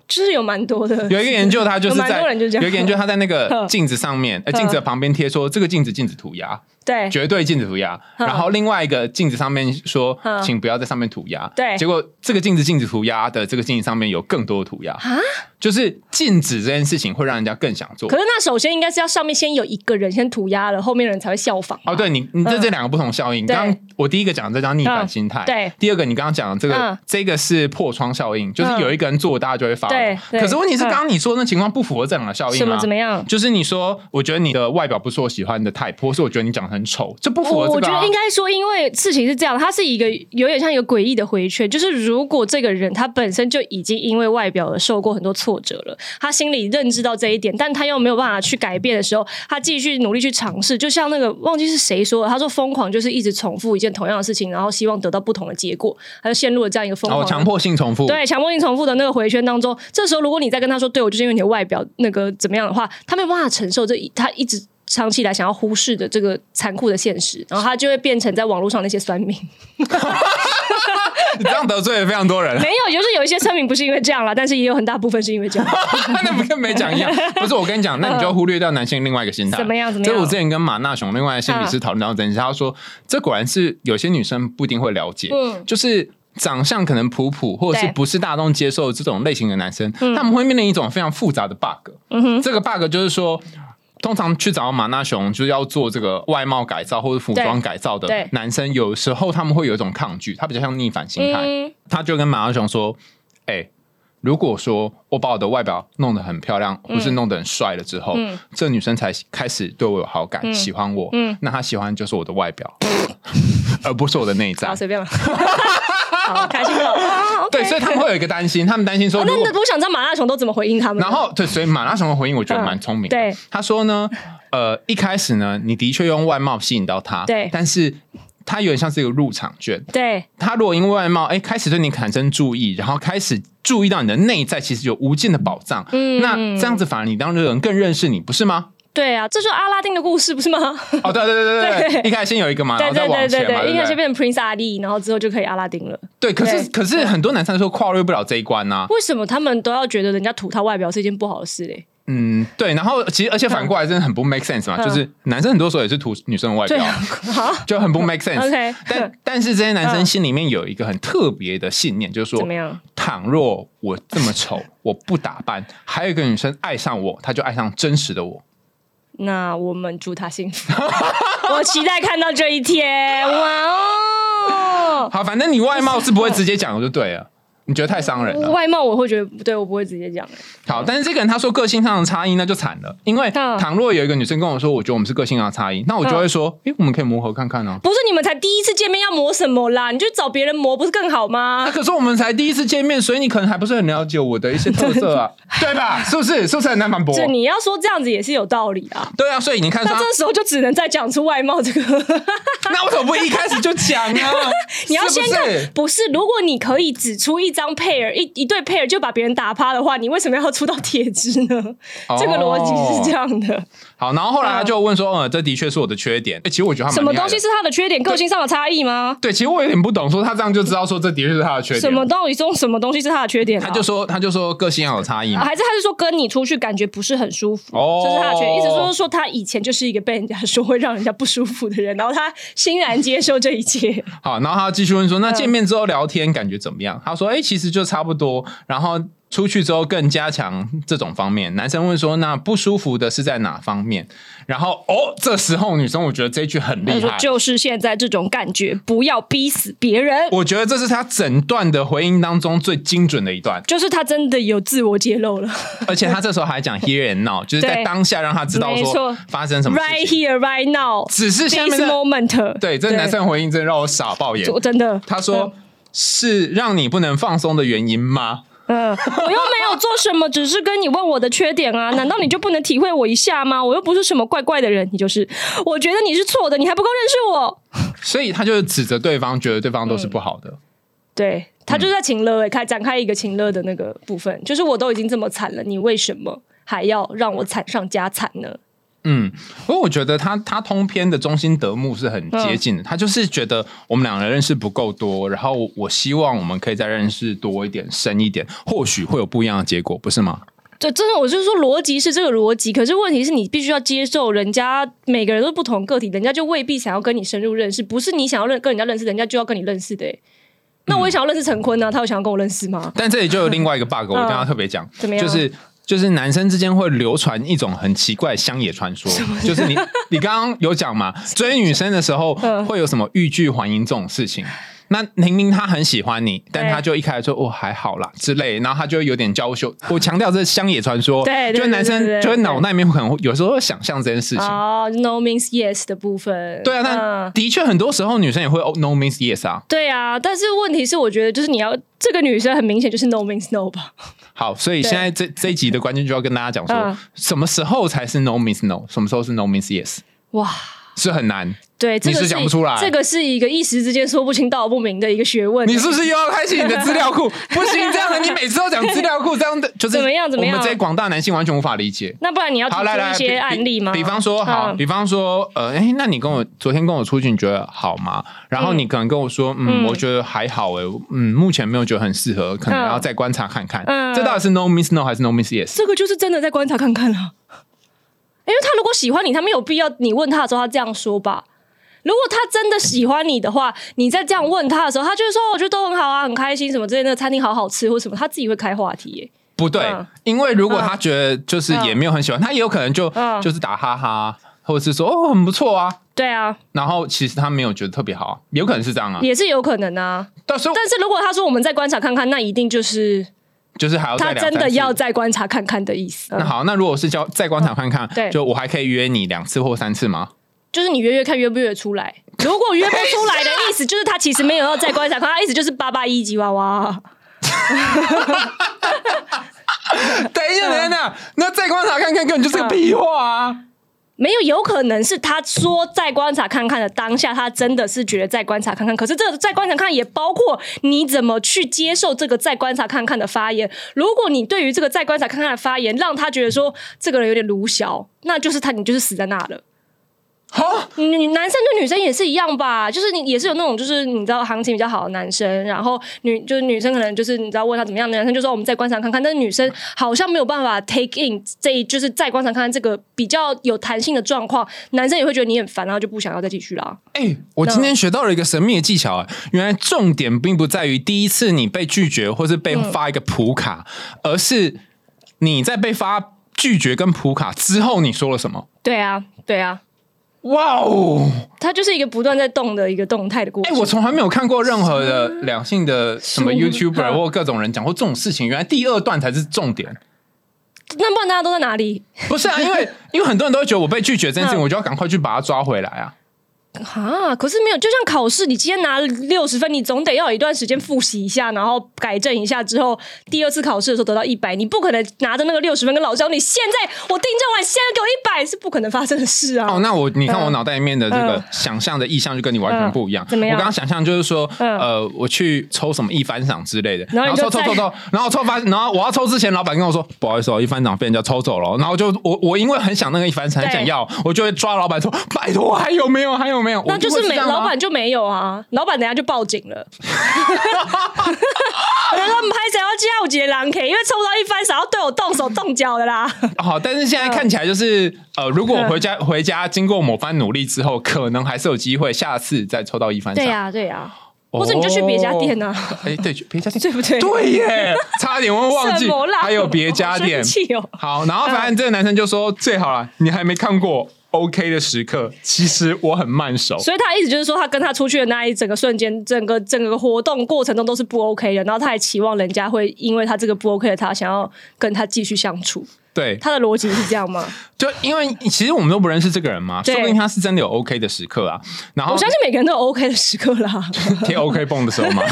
A: 就是有蛮多的。
B: 有一个研究，他就是
A: 有蛮
B: 在
A: 多人就这样
B: 有一个研究，他在那个
A: 嗯
B: 镜子上面，呃，镜子的旁边贴说这个镜子禁止涂鸦。
A: 对，
B: 绝对禁止涂鸦，
A: 嗯
B: 然后另外一个镜子上面说，
A: 嗯
B: 请不要在上面涂鸦。
A: 对
B: 结果这个镜子禁止涂鸦的这个镜子上面有更多的涂鸦，
A: 啊，
B: 就是禁止这件事情会让人家更想做
A: 可。是那首先应该是要上面先有一个人先涂鸦了，后面的人才会效仿。
B: 哦，对你，你这
A: 嗯
B: 这两个不同效应。
A: 对
B: 刚刚我第一个讲的这叫逆反心态，
A: 嗯对
B: 第二个你刚刚讲的这个
A: 嗯，
B: 这个是破窗效应，就是
A: 嗯
B: 有一个人做，大家就会发。
A: 对对
B: 可是问题是，
A: 嗯
B: 刚刚你说的那情况不符合这两个效应
A: 什么
B: 啊
A: 怎。么样？
B: 就是你说，我觉得你的外表不是我喜欢的 type，或是我觉得你长得很丑，这不符合
A: 我
B: 这
A: 哦
B: 个
A: 我觉
B: 啊、
A: 得应该说，因为事情是这样，它是一个有点像一个诡异的回圈，就是如果这个人他本身就已经因为外表而受过很多挫折了，他心里认知到这一点，但他又没有办法去改变的时候，他继续努力去尝试，就像那个忘记是谁说的，他说疯狂就是一直重复一件同样的事情，然后希望得到不同的结果，他就陷入了这样一个疯
B: 哦，
A: 狂的
B: 强迫性重复，
A: 对强迫性重复的那个回圈当中，这时候如果你再跟他说，对我就是因为你的外表那个怎么样的话，他没有办法承受这一他一直。长期以来想要忽视的这个残酷的现实，然后他就会变成在网络上那些酸民。
B: 你这样得罪了非常多人。
A: 没有，就是有一些酸民不是因为这样啦，但是也有很大部分是因为这样。
B: 那不跟没讲 一样。不是我跟你讲，那你就忽略掉男性另外一个心态。
A: 嗯怎么样怎么样
B: 这我之前跟马纳雄另外心理师讨论到这件事，他说这果然是有些女生不一定会了解，
A: 嗯
B: 就是。长相可能普普，或者是
A: 对嗯
B: 不是大众接受这种类型的男生，他们会面临一种非常复杂的 bug。这个 bug 就是说，通常去找马纳雄就是要做这个外貌改造或者服装
A: 对
B: 改造的
A: 对
B: 男生，有时候他们会有一种抗拒，他比较像逆反心态。
A: 嗯，
B: 他就跟马拉雄说：“哎、如果说我把我的外表弄得很漂亮，或是弄得很帅了之后，
A: 嗯
B: 这女生才开始对我有好感，喜欢我。
A: 嗯
B: 那她喜欢就是我的外 表，而不是我的内在
A: 好，。随便了。好，开心 了。啊，OK
B: 对，所以他们会有一个担心，他们担心说，
A: 哦
B: 如
A: 那
B: 果
A: 那我想知道马拉熊都怎么回应他们。
B: 然后对，所以马拉松的回应我觉得蛮聪明的、
A: 嗯对
B: 他说呢，呃，一开始呢，你的确用外貌吸引到他，
A: 对
B: 但是他有点像是一个入场券。
A: 对，
B: 他如果因为外貌，哎、开始对你产生注意，然后开始注意到你的内在其实有无尽的宝藏，
A: 嗯
B: 那这样子反而你让这个人更认识你，不是 吗？
A: 对啊，这就是阿拉丁的故事，不是吗？
B: 哦，对对对对对，
A: 对
B: 一开始先有一个嘛，然
A: 对
B: 后再
A: 对
B: 往
A: 对
B: 前
A: 对
B: 嘛，对
A: 对，应该
B: 不
A: 先
B: 对？
A: 变成 Prince Ali，然后之后就可以阿拉丁了。
B: 对，可是
A: 对
B: 可是很多男生来说跨越不了这一关啊呐、
A: 为什么他们都要觉得人家吐他外表是一件不好的事嘞？
B: 嗯，对，然后其实而且反过来真的很不 make sense 嘛，
A: 嗯
B: 就是男生很多时候也是图女生的外表
A: 对
B: 啊
A: 啊，，好
B: 就很不 make sense。
A: OK 嗯
B: 但但是这些男生心里面有一个很特别的信念，就是
A: 怎
B: 说
A: 么，样？
B: 倘若我这么 丑，我不打扮，还有一个女生爱上我，她就爱上真实的我。
A: 那我们祝他幸福， 我期待看到这一天。哦哇哦！
B: 好，反正你外貌是不会直接讲的，就对了。你觉得太伤人了。
A: 外貌我会觉得不对，我不会直接讲。
B: 好，但是这个人他说个性上的差异，那就惨了。因为
A: 嗯
B: 倘若有一个女生跟我说，我觉得我们是个性上的差异，那我就会说，
A: 嗯
B: 诶，我们可以磨合看看啊。
A: 不是你们才第一次见面要磨什么啦？你就找别人磨不是更好
B: 啊，
A: 吗？
B: 可是我们才第一次见面，所以你可能还不是很了解我的一些特色 啊，对吧？是不是？是不是很难反驳？
A: 就你要说这样子也是有道理啊。
B: 对啊，所以你看
A: 那
B: 他，
A: 这时候就只能再讲出外貌这 个。
B: 那为什么不一开始就讲呢？
A: 你要先
B: 是
A: 看，
B: 不是
A: 不是？如果你可以指出一张 pair 一一对 pair 就把别人打趴的话，你为什么要出到铁枝呢？
B: 哦
A: 这个逻辑是这样的。
B: 好，然后后来他就问说：“呃，这的确是我的缺点。欸”其实我觉得他蛮
A: 嗯什
B: 厉害
A: 么
B: 的
A: 东西是他的缺点？个性上的差异吗？
B: 对，其实我有点不懂，说他这样就知道说这的确是他的缺点。
A: 什么道理中什么东西是他的缺点、啊？
B: 他就说他就说个性要有差异
A: 啊
B: 嘛。
A: 还是他是说跟你出去感觉不是很舒服，
B: 哦
A: 这是他的缺点。意思就是说他以前就是一个被人家说会让人家不舒服的人，然后他欣然接受这一切。
B: 好，然后他继续
A: 嗯
B: 问说：“那见面之后聊天感觉怎么样？”他说：“哎、其实就差不多。”然后出去之后更加强这种方面。男生问说：“那不舒服的是在哪方面？”然后哦，这时候女生我觉得这一句很
A: 他
B: 厉
A: 说
B: 害。
A: 哎就是现在这种感觉，不要逼死别人。
B: 我觉得这是他整段的回应当中最精准的一段，
A: 就是他真的有自我揭露了
B: 而且他这时候还讲 here and now，就是在
A: 对
B: 当下让他知道
A: 没
B: 说
A: 错
B: 发生什么事
A: ，right
B: 情。
A: here, right now。
B: 只是下面
A: This
B: 这
A: moment，
B: 对这男，生的回应真的让我傻爆眼
A: 我。真的，
B: 他说：“是让你不能放松的原因吗？”
A: 嗯，我又没有做什么，只是跟你问我的缺点啊，难道你就不能体会我一下吗？我又不是什么怪怪的人，你就是，我觉得你是错的，你还不够认识我。
B: 所以他就是指责对方，觉得对方都是不好
A: 嗯
B: 的。
A: 对他就是在情乐欸，开展开一个情乐的那个部分，就是我都已经这么惨了，你为什么还要让我惨上加惨呢？
B: 嗯，不过我觉得他他通篇的中心德目是很接
A: 嗯
B: 近的，他就是觉得我们两个认识不够多，然后我我希望我们可以再认识多一点、深一点，或许会有不一样的结果，不是吗？
A: 对，真的，我就是说逻辑是这个逻辑，可是问题是你必须要接受人家每个人都是不同个体，人家就未必想要跟你深入认识，不是你想要认跟人家认识，人家就要跟你认识的欸、那我也想要认识陈坤啊，他有想要跟我认识吗？
B: 但这里就有另外一个 bug，我一定要特别讲，
A: 嗯怎么样
B: 就是。就是男生之间会流传一种很奇怪的乡野传说，就是
A: 嗯
B: 你你刚刚有讲嘛，追女生的时候会有什么欲拒还迎这种事情，那明明他很喜欢你，但
A: 对
B: 他就一开始说哦还好啦之类，然后他就有点娇羞。我强调这是乡野传说，
A: 对对
B: 就是男
A: 对对
B: 生
A: 对
B: 就是脑袋里面可能会有时候会想象这件事情。
A: 哦、n o means yes 的部分，
B: 对啊，
A: 嗯
B: 但的确很多时候女生也会哦 no means yes 啊。
A: 对啊，但是问题是，我觉得就是你要这个女生很明显就是 no means no 吧，
B: 好，所以
A: 对
B: 现在这这一集的关键就要跟大家讲
A: 嗯
B: 说，什么时候才是 no means no，什么时候是 no means yes，
A: 哇，
B: 是很难。
A: 对，这个
B: 你是讲不出来
A: 这个是一个一时之间说不清道不明的一个学问。欸
B: 你是不是又要开启你的资料 库？不行，这样的你每次都讲资料库，这样的就是
A: 怎么样怎么样
B: 我们这些广大男性完全无法理解。
A: 那不然你要提
B: 好，来
A: 出
B: 来，
A: 一
B: 比
A: 些案例吗？
B: 比比方说，好，
A: 嗯
B: 比方说，呃，哎，那你跟我昨天跟我出去，你觉得好吗？然后你可能跟我说，嗯，
A: 嗯
B: 我觉得还好，哎，嗯，目前没有觉得很适合，可能
A: 嗯
B: 要再观察看看。
A: 嗯
B: 这到底是 no means no 还是 no means yes？
A: 这个就是真的在观察看看啊。哎因为他如果喜欢你，他没有必要你问他的时候他这样说吧。如果他真的喜欢你的话，你在这样问他的时候，他就会说：“哦我觉得都很好啊，很开心什么之类的，那个餐厅好好吃或什么。”他自己会开话题耶、
B: 不对
A: 嗯，
B: 因为如果他觉得就是也没有很喜欢，他也有可能就
A: 嗯
B: 就是打哈哈，或者是说哦很不错啊，
A: 对啊，
B: 然后其实他没有觉得特别好啊，有可能是这样啊。
A: 也是有可能啊。
B: 到时候
A: 但是如果他说我们再观察看看，那一定就是
B: 就是还要再
A: 他
B: 两
A: 真的
B: 三次
A: 要再观察看看的意思。
B: 那
A: 嗯
B: 好，那如果是叫再观察看看，
A: 对
B: 就我还可以约你两次或三次 吗？
A: 就是你约约看约不约得出来。如果约不出来的意思，就是他其实没有要再观察，可他意思就是八八一吉娃娃。
B: 等一下，等一下，那再观察看看，根本
A: 嗯
B: 就是个屁话啊！
A: 没有，有可能是他说再观察看看的当下，他真的是觉得再观察看看。可是这个再观察看也包括你怎么去接受这个再观察看看的发言。如果你对于这个再观察看看的发言，让他觉得说这个人有点鲁小，那就是他，你就是死在那了。
B: 好，
A: 你你男生对女生也是一样吧，就是你也是有那种就是你知道行情比较好的男生，然后女就是女生可能就是你知道问他怎么样，男生就说我们再观察看看，但是女生好像没有办法 take in 这一就是再观察看看这个比较有弹性的状况，男生也会觉得你很烦，然后就不想要再继续啦。
B: 哎、我今天学到了一个神秘的技巧、啊，原来重点并不在于第一次你被拒绝或是被发一个普卡，而是你在被发拒绝跟普卡之后你说了什么。
A: 对啊，对啊，
B: 哇哦！
A: 它就是一个不断在动的一个动态的过
B: 哎、
A: 程。
B: 我从来没有看过任何的两性的什么
A: 是
B: YouTuber
A: 嗯
B: 或各种人讲过这种事情。原来第二段才是重点。
A: 那不然大家都在哪里
B: 不是啊，因为 因为很多人都会觉得我被拒绝这件事情，
A: 嗯
B: 我就要赶快去把它抓回来啊。
A: 啊？可是没有，就像考试，你今天拿六十分，你总得要有一段时间复习一下，然后改正一下之后，第二次考试的时候得到一百，你不可能拿着那个六十分跟老师讲，你现在我订正完，现在给我一百，是不可能发生的事啊。
B: 哦，那我你看
A: 嗯
B: 我脑袋里面的这个
A: 嗯
B: 想象的意象就跟你完全不一样。
A: 嗯怎么样
B: 我刚刚想象就是说，
A: 嗯
B: 呃，我去抽什么一番赏之类的，
A: 然后你
B: 抽
A: 就
B: 抽抽抽，然后抽发，然后我要抽之前，老板跟我说不好意思哦，一番赏被人家抽走了哦。然后就我我因为很想那个一番赏，很
A: 对
B: 想要，我就会抓老板说拜托还有没有还有没有？
A: 那就
B: 我
A: 是
B: 一定会
A: 没
B: 这样啊
A: 老板就没有啊，老板等下就报警了。 我就说拍谁要叫我姐狼 K，因为抽不到一番，想要对我动手动脚的啦。
B: 好，但是现
A: 嗯
B: 在看起来就是呃，如果我回家回家经过某番努力之后，可能还是有机会下次再抽到一番赏。
A: 对啊 呀、对呀、
B: 哦，
A: 或者你就去别家店啊
B: 哎、对，去别家店
A: 对不对
B: 对耶，差点我忘记
A: 什么啦，
B: 还有别家店
A: 好生。气哦。
B: 好，然后反正这个男生就说：“最好了，你还没看过 OK 的时刻，其实我很慢熟。
A: 所以他的意思就是说，他跟他出去的那一整个瞬间，整个整个活动过程中都是不 OK 的，然后他还期望人家会因为他这个不 OK 的他，想要跟他继续相处。”
B: 对，
A: 他的逻辑是这样吗？
B: 就因为其实我们都不认识这个人嘛，
A: 对
B: 说不定他是真的有 OK 的时刻啊。然后
A: 我相信每个人都有 OK 的时刻啦。
B: 贴 OK 绷的时候嘛。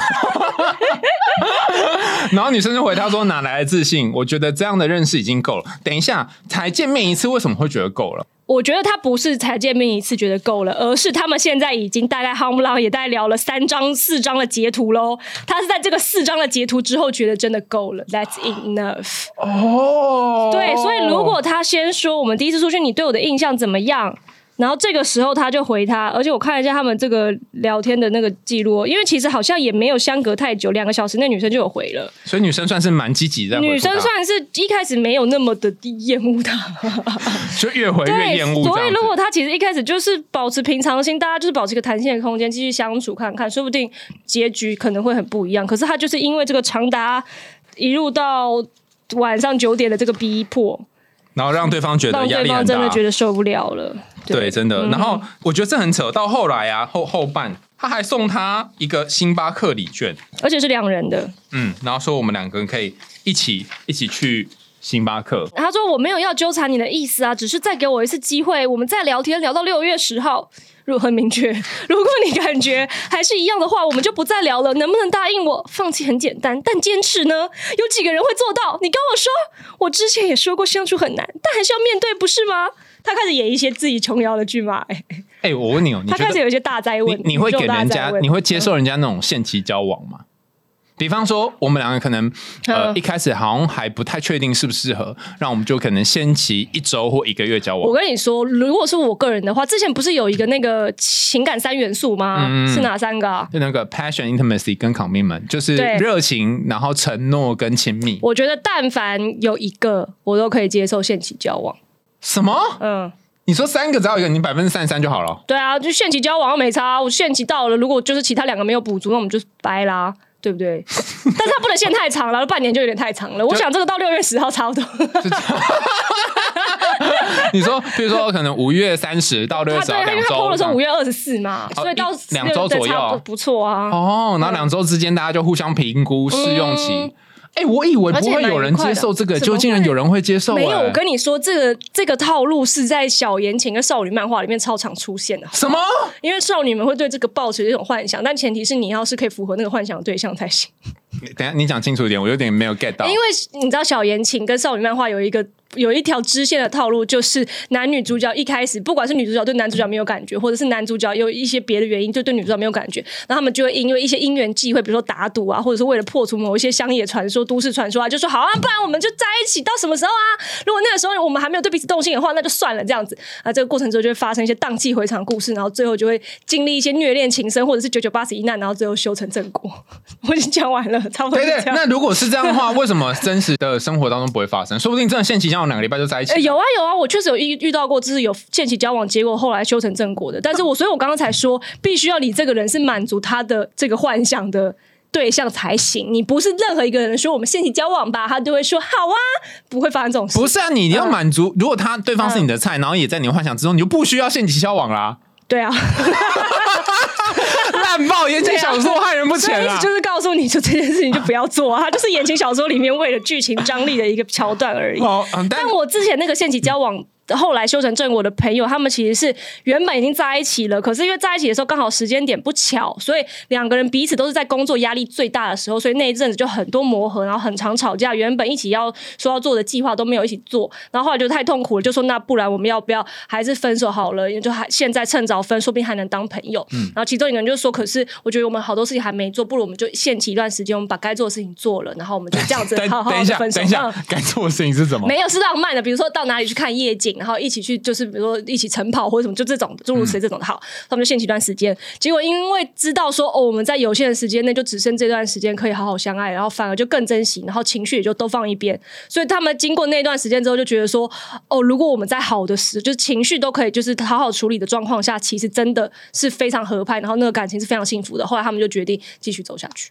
B: 然后女生就回他说：“哪来的自信？我觉得这样的认识已经够了。等一下才见面一次，为什么会觉得够了？
A: 我觉得他不是才见面一次觉得够了，而是他们现在已经大概夯不啷也大概聊了三张四张的截图喽。他是在这个四张的截图之后觉得真的够了，That's enough。
B: 哦，
A: 对，所以如果他先说我们第一次出去，你对我的印象怎么样？然后这个时候他就回他，而且我看了一下他们这个聊天的那个记录哦，因为其实好像也没有相隔太久，两个小时内女生就有回了。
B: 所以女生算是蛮积极在回复他，
A: 女生算是一开始没有那么的厌恶他，
B: 就越回越
A: 对，
B: 厌恶这样子。
A: 所以如果他其实一开始就是保持平常心，大家就是保持一个弹性的空间，继续相处看看，说不定结局可能会很不一样。可是他就是因为这个长达一路到晚上九点的这个逼迫，
B: 然后让对方觉得
A: 让
B: 压
A: 对
B: 力
A: 方
B: 很
A: 真
B: 大
A: 的，觉得受不了了。嗯
B: 对，真的。然后我觉得这很扯，到后来啊，后后半。他还送他一个星巴克礼券，
A: 而且是两人的。
B: 嗯，然后说我们两个人可以一起一起去星巴克。
A: 他说我没有要纠缠你的意思啊，只是再给我一次机会，我们再聊天聊到六月十号。如很明确， 如果你感觉还是一样的话，我们就不再聊了。能不能答应我？放弃很简单，但坚持呢？有几个人会做到？你跟我说，我之前也说过相处很难，但还是要面对，不是吗？他开始演一些自己琼瑶的剧嘛、哎
B: 哎、我问你哦，你
A: 他
B: 觉
A: 开始
B: 得
A: 有一些大灾问
B: 你，你会
A: 宇宙
B: 给
A: 大
B: 人
A: 灾
B: 家，
A: 问
B: 你会接受人家那种限期交往吗？比方说，我们两个可能呃
A: 嗯
B: 一开始好像还不太确定适不适合，让我们就可能先期一周或一个月交
A: 我
B: 往。
A: 跟你说，如果是我个人的话，之前不是有一个那个情感三元素吗？
B: 嗯
A: 是哪三个啊？
B: 就那个 passion、intimacy 跟 commitment，就是
A: 对
B: 热情，然后承诺跟亲密。
A: 我觉得但凡有一个，我都可以接受限期交往。
B: 什么？
A: 嗯，
B: 你说三个只要一个，你百分之三十三就好了。
A: 对啊，就限期交往又没差，啊我限期到了，如果就是其他两个没有补足，那我们就掰啦。对不 对？但是它不能限太长了，半年就有点太长了。我想这个到六月十号差不多。
B: 就这样你说， 比如说可能五月三十到六
A: 他
B: 月十
A: 对，
B: 号
A: 因为
B: 两
A: 他
B: 周
A: PO 的时
B: 这
A: 候
B: 样哦
A: 五月二十四嘛，所以到
B: 一两周
A: 16对
B: 左右
A: 差不不错啊。
B: 哦，然后两周之间大家就互相评
A: 嗯
B: 估试用期。哎、我以为不会有人接受这个，
A: 而且蛮愉快的
B: 就竟然有人会接受、哎
A: 没有，我跟你说，这个这个套路是在小言情跟少女漫画里面超常出现的，
B: 什么？
A: 因为少女们会对这个抱持一种幻想，但前提是你要是可以符合那个幻想的对象才行。
B: 你等一下你讲清楚一点，我有点没有 get 到。
A: 因为你知道小言情跟少女漫画有一个有一条支线的套路，就是男女主角一开始，不管是女主角对男主角没有感觉，或者是男主角有一些别的原因就对女主角没有感觉，然后他们就会因为一些因缘际会，比如说打赌啊，或者是为了破除某一些乡野传说、都市传说啊，就说好啊，不然我们就在一起到什么时候啊？如果那个时候我们还没有对彼此动心的话，那就算了这样子啊。这个过程中就会发生一些荡气回肠的故事，然后最后就会经历一些虐恋情深，或者是九九八十一难，然后最后修成正果。 我已经讲完了，差不多
B: 对
A: 是这
B: 对
A: 样。，
B: 那如果是这样的话，为什么真实的生活当中不会发生？说不定真的限期交往两个礼拜就在一起了、
A: 呃，有啊有啊，我确实有遇遇到过，就是有限期交往，结果后来修成正果的。但是我所以，我刚刚才说，必须要你这个人是满足他的这个幻想的对象才行。你不是任何一个人说我们限期交往吧，他就会说好啊，不会发生这种事。
B: 不是啊，你要满
A: 嗯
B: 足，如果他对方是你的菜，然后也在你的幻想之中，你就不需要限期交往 啦。
A: 对啊，
B: 烂爆言情小说害人不
A: 啊所
B: 浅啊
A: 以意
B: 啦
A: 思。就是告诉你就这件事情就不要做啊，它就是言情小说里面为了剧情张力的一个桥段而已。
B: 哦，嗯但
A: 但我之前那个限期交往。后来修成正果的朋友，他们其实是原本已经在一起了，可是因为在一起的时候刚好时间点不巧，所以两个人彼此都是在工作压力最大的时候，所以那一阵子就很多磨合，然后很常吵架。原本一起要说要做的计划都没有一起做，然后后来就太痛苦了，就说那不然我们要不要还是分手好了？也就还现在趁早分，说不定还能当朋友。
B: 嗯
A: 然后其中一个人就说：“可是我觉得我们好多事情还没做，不如我们就限期一段时间，我们把该做的事情做了，然后我们就这样 子
B: 等
A: 好好
B: 等
A: 的
B: 一下，
A: 分手。
B: 等一下
A: 嗯，
B: 该做的事情是什么？
A: 没有是浪漫的，比如说到哪里去看夜景，然后一起去就是比如说一起晨跑或者什么，就这种诸如此类这种的好，他们就限期一段时间。结果因为知道说哦，我们在有限的时间内就只剩这段时间可以好好相爱，然后反而就更珍惜，然后情绪也就都放一边。所以他们经过那段时间之后，就觉得说哦，如果我们在好的时，就是情绪都可以就是好好处理的状况下，其实真的是非常合拍，然后那个感情是非常幸福的。后来他们就决定继续走下去。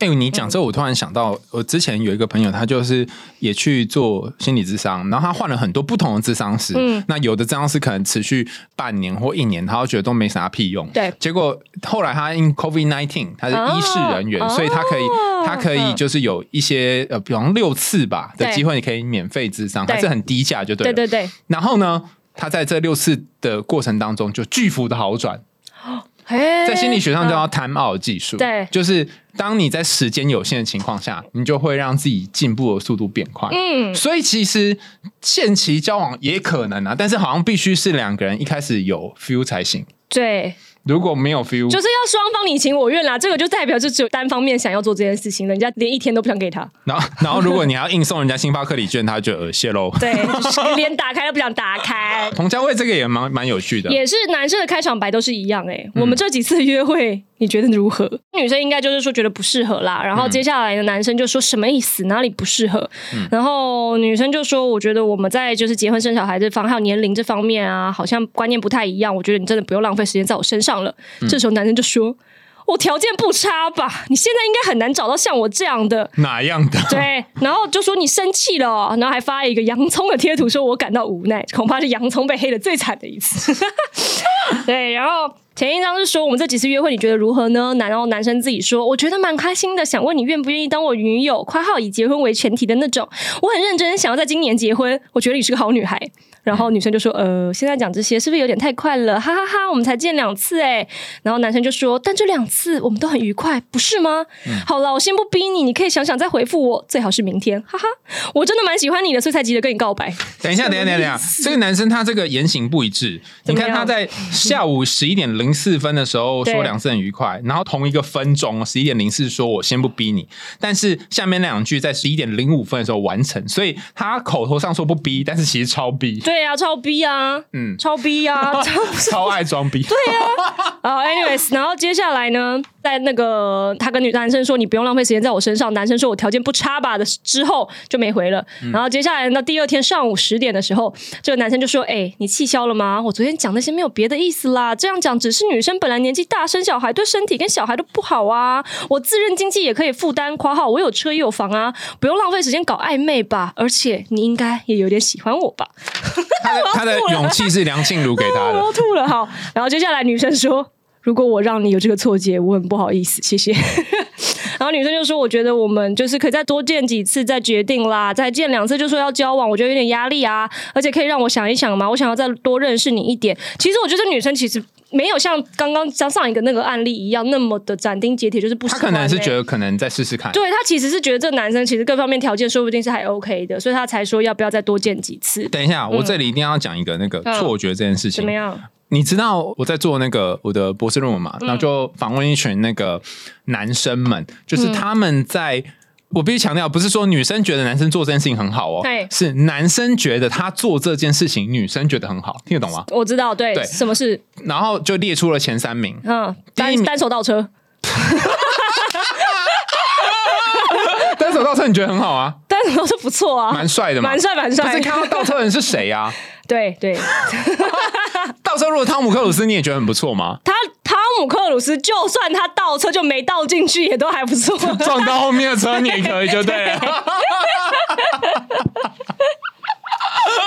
B: 哎、你
A: 嗯
B: 讲这，我突然想到，我之前有一个朋友，他就是也去做心理智商，然后他换了很多不同的智商师。
A: 嗯
B: 那有的智商师可能持续半年或一年，他都觉得都没啥屁用。
A: 对
B: 结果后来他因 COVID nineteen，他是医师人员，
A: 哦
B: 所以他可以，
A: 哦
B: 他可以
A: 嗯
B: 就是有一些呃，比方六次吧的
A: 对
B: 机会，你可以免费智商，
A: 对
B: 还是很低价就对了。
A: 对对对，
B: 然后呢，他在这六次的过程当中，就巨幅的好转。在
A: 在
B: 心理学上叫做 time out 技术，
A: 嗯对
B: 就是当你在时间有限的情况下，你就会让自己进步的速度变快。
A: 嗯。
B: 所以其实限期交往也可能啊，但是好像必须是两个人一开始有 feel 才行，
A: 对，
B: 如果没有 feel，
A: 就是要双方你情我愿啦，这个就代表就只有单方面想要做这件事情，人家连一天都不想给他，
B: 然后然后如果你要硬送人家星巴克礼券，他就呃谢喽。
A: 对， 连打开都不想打开。
B: 彭佳慧这个也蛮蛮有趣的，
A: 也是男生的开场白都是一样哎、我们这几次约会你觉得如何？女生应该就是说觉得不适合啦，然后接下来的男生就说什么意思，哪里不适合？然后女生就说我觉得我们在就是结婚生小孩这方还有年龄这方面啊，好像观念不太一样，我觉得你真的不用浪费时间在我身上了。这时候男生就说。我条件不差吧？你现在应该很难找到像我这样的，
B: 哪样的？
A: 对，然后就说你生气了哦、然后还发一个洋葱的 贴图，说我感到无奈，恐怕是洋葱被黑的最惨的一次。对，然后前一张是说我们这几次约会你觉得如何呢？然后男生自己说，我觉得蛮开心的，想问你愿不愿意当我女友（括号以结婚为前提的那种）。我很认真，想要在今年结婚，我觉得你是个好女孩。然后女生就说，呃，现在讲这些是不是有点太快了？哈哈哈我们才见两次哎、然后男生就说，但这两次我们都很愉快，不是吗？好了，我先不逼你，你可以想想再回复我，最好是明天，哈哈。我真的蛮喜欢你的，所以才急着跟你告白。
B: 等一下，等一下，等一下，这个男生他这个言行不一致。你
A: 怎么
B: 看
A: 样
B: 他在下午十一点零四分的时候说
A: 对
B: 两次很愉快，然后同一个分钟十一点零四说我先不逼你，但是下面那两句在十一点零五分的时候完成，所以他口头上说不逼，但是其实超逼，
A: 对啊，超逼啊，
B: 嗯，
A: 超 逼啊，超
B: 超爱装逼。对啊，
A: 好 a n y w a y s 然后接下来呢，在那个他跟女男生说你不用浪费时间在我身上，男生说我条件不差吧的之后就没回了。然后接下来呢，第二天上午十点的时候，这个男生就说：“哎、你气消了吗？我昨天讲那些没有别的意思啦，这样讲只是女生本来年纪大，生小孩对身体跟小孩都不好啊。我自认经济也可以负担，括号我有车也有房啊，不用浪费时间搞暧昧吧。而且你应该也有点喜欢我吧。”
B: 他的他的勇气是梁静茹给他
A: 我
B: 的。
A: 要吐了，好。然后接下来女生说：“如果我让你有这个错觉，我很不好意思，谢谢。” 然后女生就说：“我觉得我们就是可以再多见几次再决定啦，再见两次就说要交往，我觉得有点压力啊，而且可以让我想一想嘛，我想要再多认识你一点。其实我觉得女生其实没有像刚刚像上一个那个案例一样那么的斩钉截铁，就是不喜
B: 他
A: 欢
B: 可能是
A: 欸
B: 觉得可能再试试看，
A: 对他其实是觉得这个男生其实各方面条件说不定是还 OK 的，所以他才说要不要再多见几次，
B: 等一下，我这里一定要讲一个那个
A: 嗯
B: 错觉这件事情
A: 怎么。样？
B: 你知道我在做那个我的博士论文嘛？
A: 嗯
B: 然后就访问一群那个男生们，
A: 嗯
B: 就是他们在。我必须强调，不是说女生觉得男生做这件事情很好哦
A: 对，
B: 是男生觉得他做这件事情，女生觉得很好，听得懂吗？
A: 我知道，对，
B: 对
A: 什么事？
B: 然后就列出了前三名，
A: 嗯，
B: 第一
A: 单
B: 名
A: 单手倒车，
B: 单手倒车你觉得很好啊，
A: 单手倒车不错啊，
B: 蛮帅的嘛，
A: 蛮帅蛮
B: 可
A: 帅
B: 是。看到倒车的人是谁啊？
A: 对 对，
B: 倒车如果汤姆克鲁斯，你也觉得很不错 吗？
A: 他汤姆克鲁斯就算他倒车就没倒进去，也都还不 错。
B: 撞到后面的车你也可以，就对啊 了。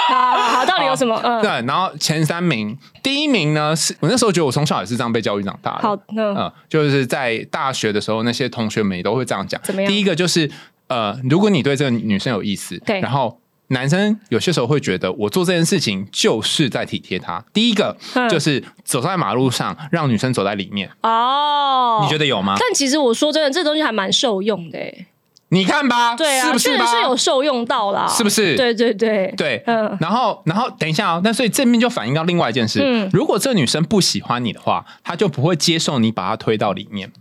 A: 好好好，到底有什么？嗯，
B: 对，啊然后前三名，第一名呢是我那时候觉得我从小也是这样被教育长大的。
A: 好嗯
B: 嗯，就是在大学的时候，那些同学们也都会这样讲。
A: 怎么样
B: 第一个就是呃，如果你对这个女生有意思，
A: 对
B: 然后。男生有些时候会觉得，我做这件事情就是在体贴她。第一个
A: 嗯
B: 就是走在马路上，让女生走在里面，
A: 哦，
B: 你觉
A: 得？
B: 得有吗？
A: 但其实我说真的，这东西还蛮受用的欸。
B: 你看吧，
A: 对
B: 是
A: 啊，
B: 不
A: 确
B: 是
A: 实
B: 吧？
A: 是有受用到啦，
B: 是不是
A: 对对对
B: 对，
A: 嗯
B: 然后然后等一下哦，那所以正面就反映到另外一件事，
A: 嗯
B: 如果这女生不喜欢你的话，她就不会接受你把她推到里面。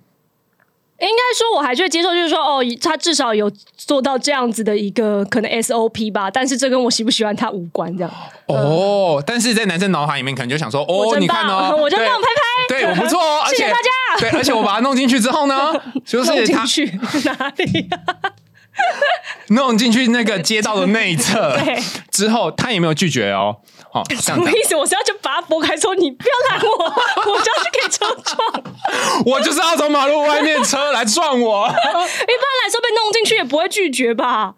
A: 应该说我还就会接受，就是说哦，他至少有做到这样子的一个可能 SOP 吧，但是这跟我喜不喜欢他无关，这样。
B: 哦，但是在男生脑海里面可能就想说，
A: 嗯我
B: 哦，
A: 真
B: 你看
A: 棒
B: 哦，
A: 我真
B: 对
A: 棒，拍拍
B: 对我不错 哦，而
A: 谢
B: 且
A: 谢大家
B: 对，而且我把它弄进去之后 呢，就是
A: 弄
B: 他
A: 进去 哪里啊？
B: 弄进去那个街道的内侧
A: 对
B: 之后，他也没有拒绝哦，哦，这
A: 什
B: 样
A: 么
B: 子，
A: 意思？我是要去把他拨开，说你不要拦我，我就要去给车撞。一
B: 我就是要从马路外面车来撞我。
A: 般来说，被弄进去也不会拒绝吧？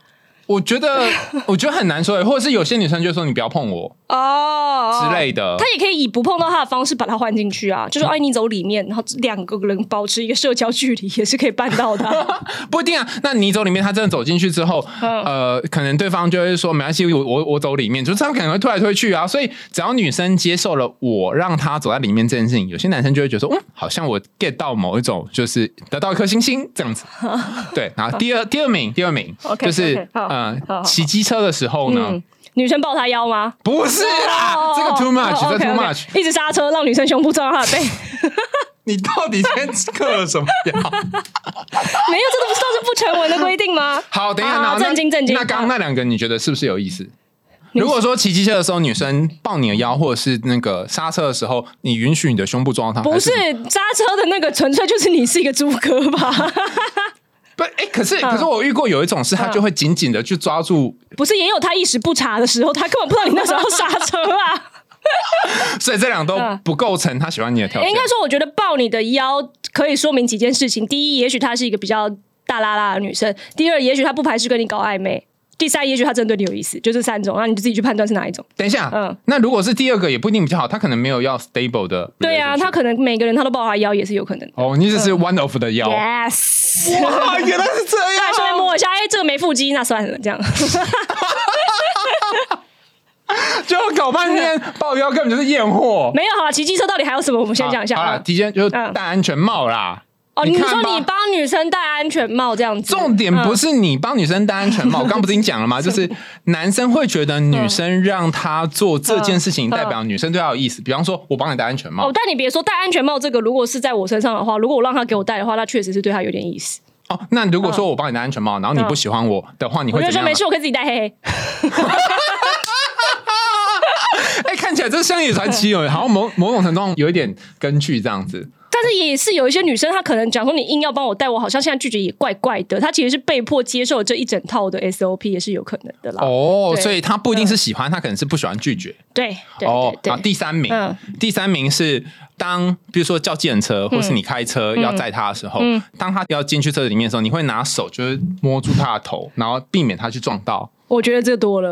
B: 我觉得，我觉得很难说，或者是有些女生就说你不要碰我
A: 哦
B: 之类的，嗯
A: 他也可以以不碰到他的方式把他换进去啊，就说哎，你走里面，然后两个人保持一个社交距离也是可以办到的啊。
B: 不一定啊。那你走里面，他真的走进去之后，
A: 嗯
B: 呃，可能对方就会说没关系，我我我走里面，就是他可能会推来推去啊。所以只要女生接受了我让她走在里面这件事情，有些男生就会觉得说，嗯，好像我 get 到某一种，就是得到一颗星星这样 子。对，然后第二第二名，第二名
A: OK，
B: 就是
A: OK，好好
B: 呃，
A: 好
B: 骑机车的时候呢，
A: 嗯，女生抱他腰吗？
B: 不是啦，
A: 哦
B: 啊这个 too much，、
A: 哦
B: 这 too
A: OK，OK
B: much，
A: 一直刹车让女生胸部撞到他的背，
B: 你到底今天嗑了什么药？
A: 没有，这都不是都是不成文的规定吗？
B: 好，等一下，
A: 好
B: 那
A: 好震惊震惊
B: 那刚刚那两个，你觉得是不是有意思？如果说骑机车的时候，女生抱你的腰，或者是那个刹车的时候，你允许你的胸部撞到她，
A: 不
B: 还
A: 是刹车的那个，纯粹就是你是一个猪哥吧？
B: 不哎、可是可是我遇过有一种是，她就会紧紧的去抓住，
A: 不是，也有他一时不察的时候，他根本不知道你那时候要刹车 啊。
B: 所以这两都
A: 嗯
B: 不构成她喜欢你的条件
A: 应。该说，我觉得抱你的腰可以说明几件事情：第一，也许她是一个比较大拉拉的女生；第二，也许她不排斥跟你搞暧昧。第三，也许他真的对你有意思，就这三种，然后你就自己去判断是哪一种。
B: 等一下，
A: 嗯
B: 那如果是第二个也不一定比较好，他可能没有要 stable 的。
A: 对啊，嗯他可能每个人他都抱他腰也是有可能的。
B: 哦，你只是 one of 的腰。
A: Yes，
B: 哇，原来是这
A: 对，顺便
B: 样，
A: 摸一下，哎、这个没腹肌，那算了，这样。
B: 就搞半天抱腰根本就是验货。
A: 没有好了，骑机车到底还有什么？我们先讲一下
B: 好
A: 啊
B: 了，。提前就是
A: 嗯
B: 戴安全帽啦。
A: 哦，你
B: 看
A: 说
B: 吧
A: 你帮女生戴安全帽这样子，
B: 重点不
A: 嗯
B: 是你帮女生戴安全帽，我刚不是已经讲了 吗？就是男生会觉得女生让他做这件事情，
A: 嗯
B: 代表女生对他有意思。比方说，我帮你戴安全帽
A: 哦，，但你别说戴安全帽这个，如果是在我身上的话，如果我让他给我戴的话，那确实是对他有点意思。
B: 哦，那如果说我帮你戴安全帽，然后你不喜欢我的话，你
A: 嗯我
B: 会
A: 就
B: 怎
A: 说
B: 么
A: 没
B: 样啊
A: 事，我可以自己戴黑黑。
B: 呢？哎，看起来这乡野传奇 哦，好像某某种程度上有一点根据这样子。
A: 但是也是有一些女生，她可能讲说你硬要帮我戴，我好像现在拒绝也怪怪的。她其实是被迫接受这一整套的 SOP，也是有可能的啦。
B: 哦，
A: 对
B: 所以他不一定是喜欢，他可能是不喜欢拒绝。
A: 对对
B: 哦，
A: 对
B: 好，
A: 对，
B: 第三名，
A: 嗯
B: 第三名是当比如说叫计程车，或是你开车
A: 嗯
B: 要载他的时候，当他要进去车子里面的时候，你会拿手就是摸住他的头，然后避免他去撞到。
A: 我觉得这多 了。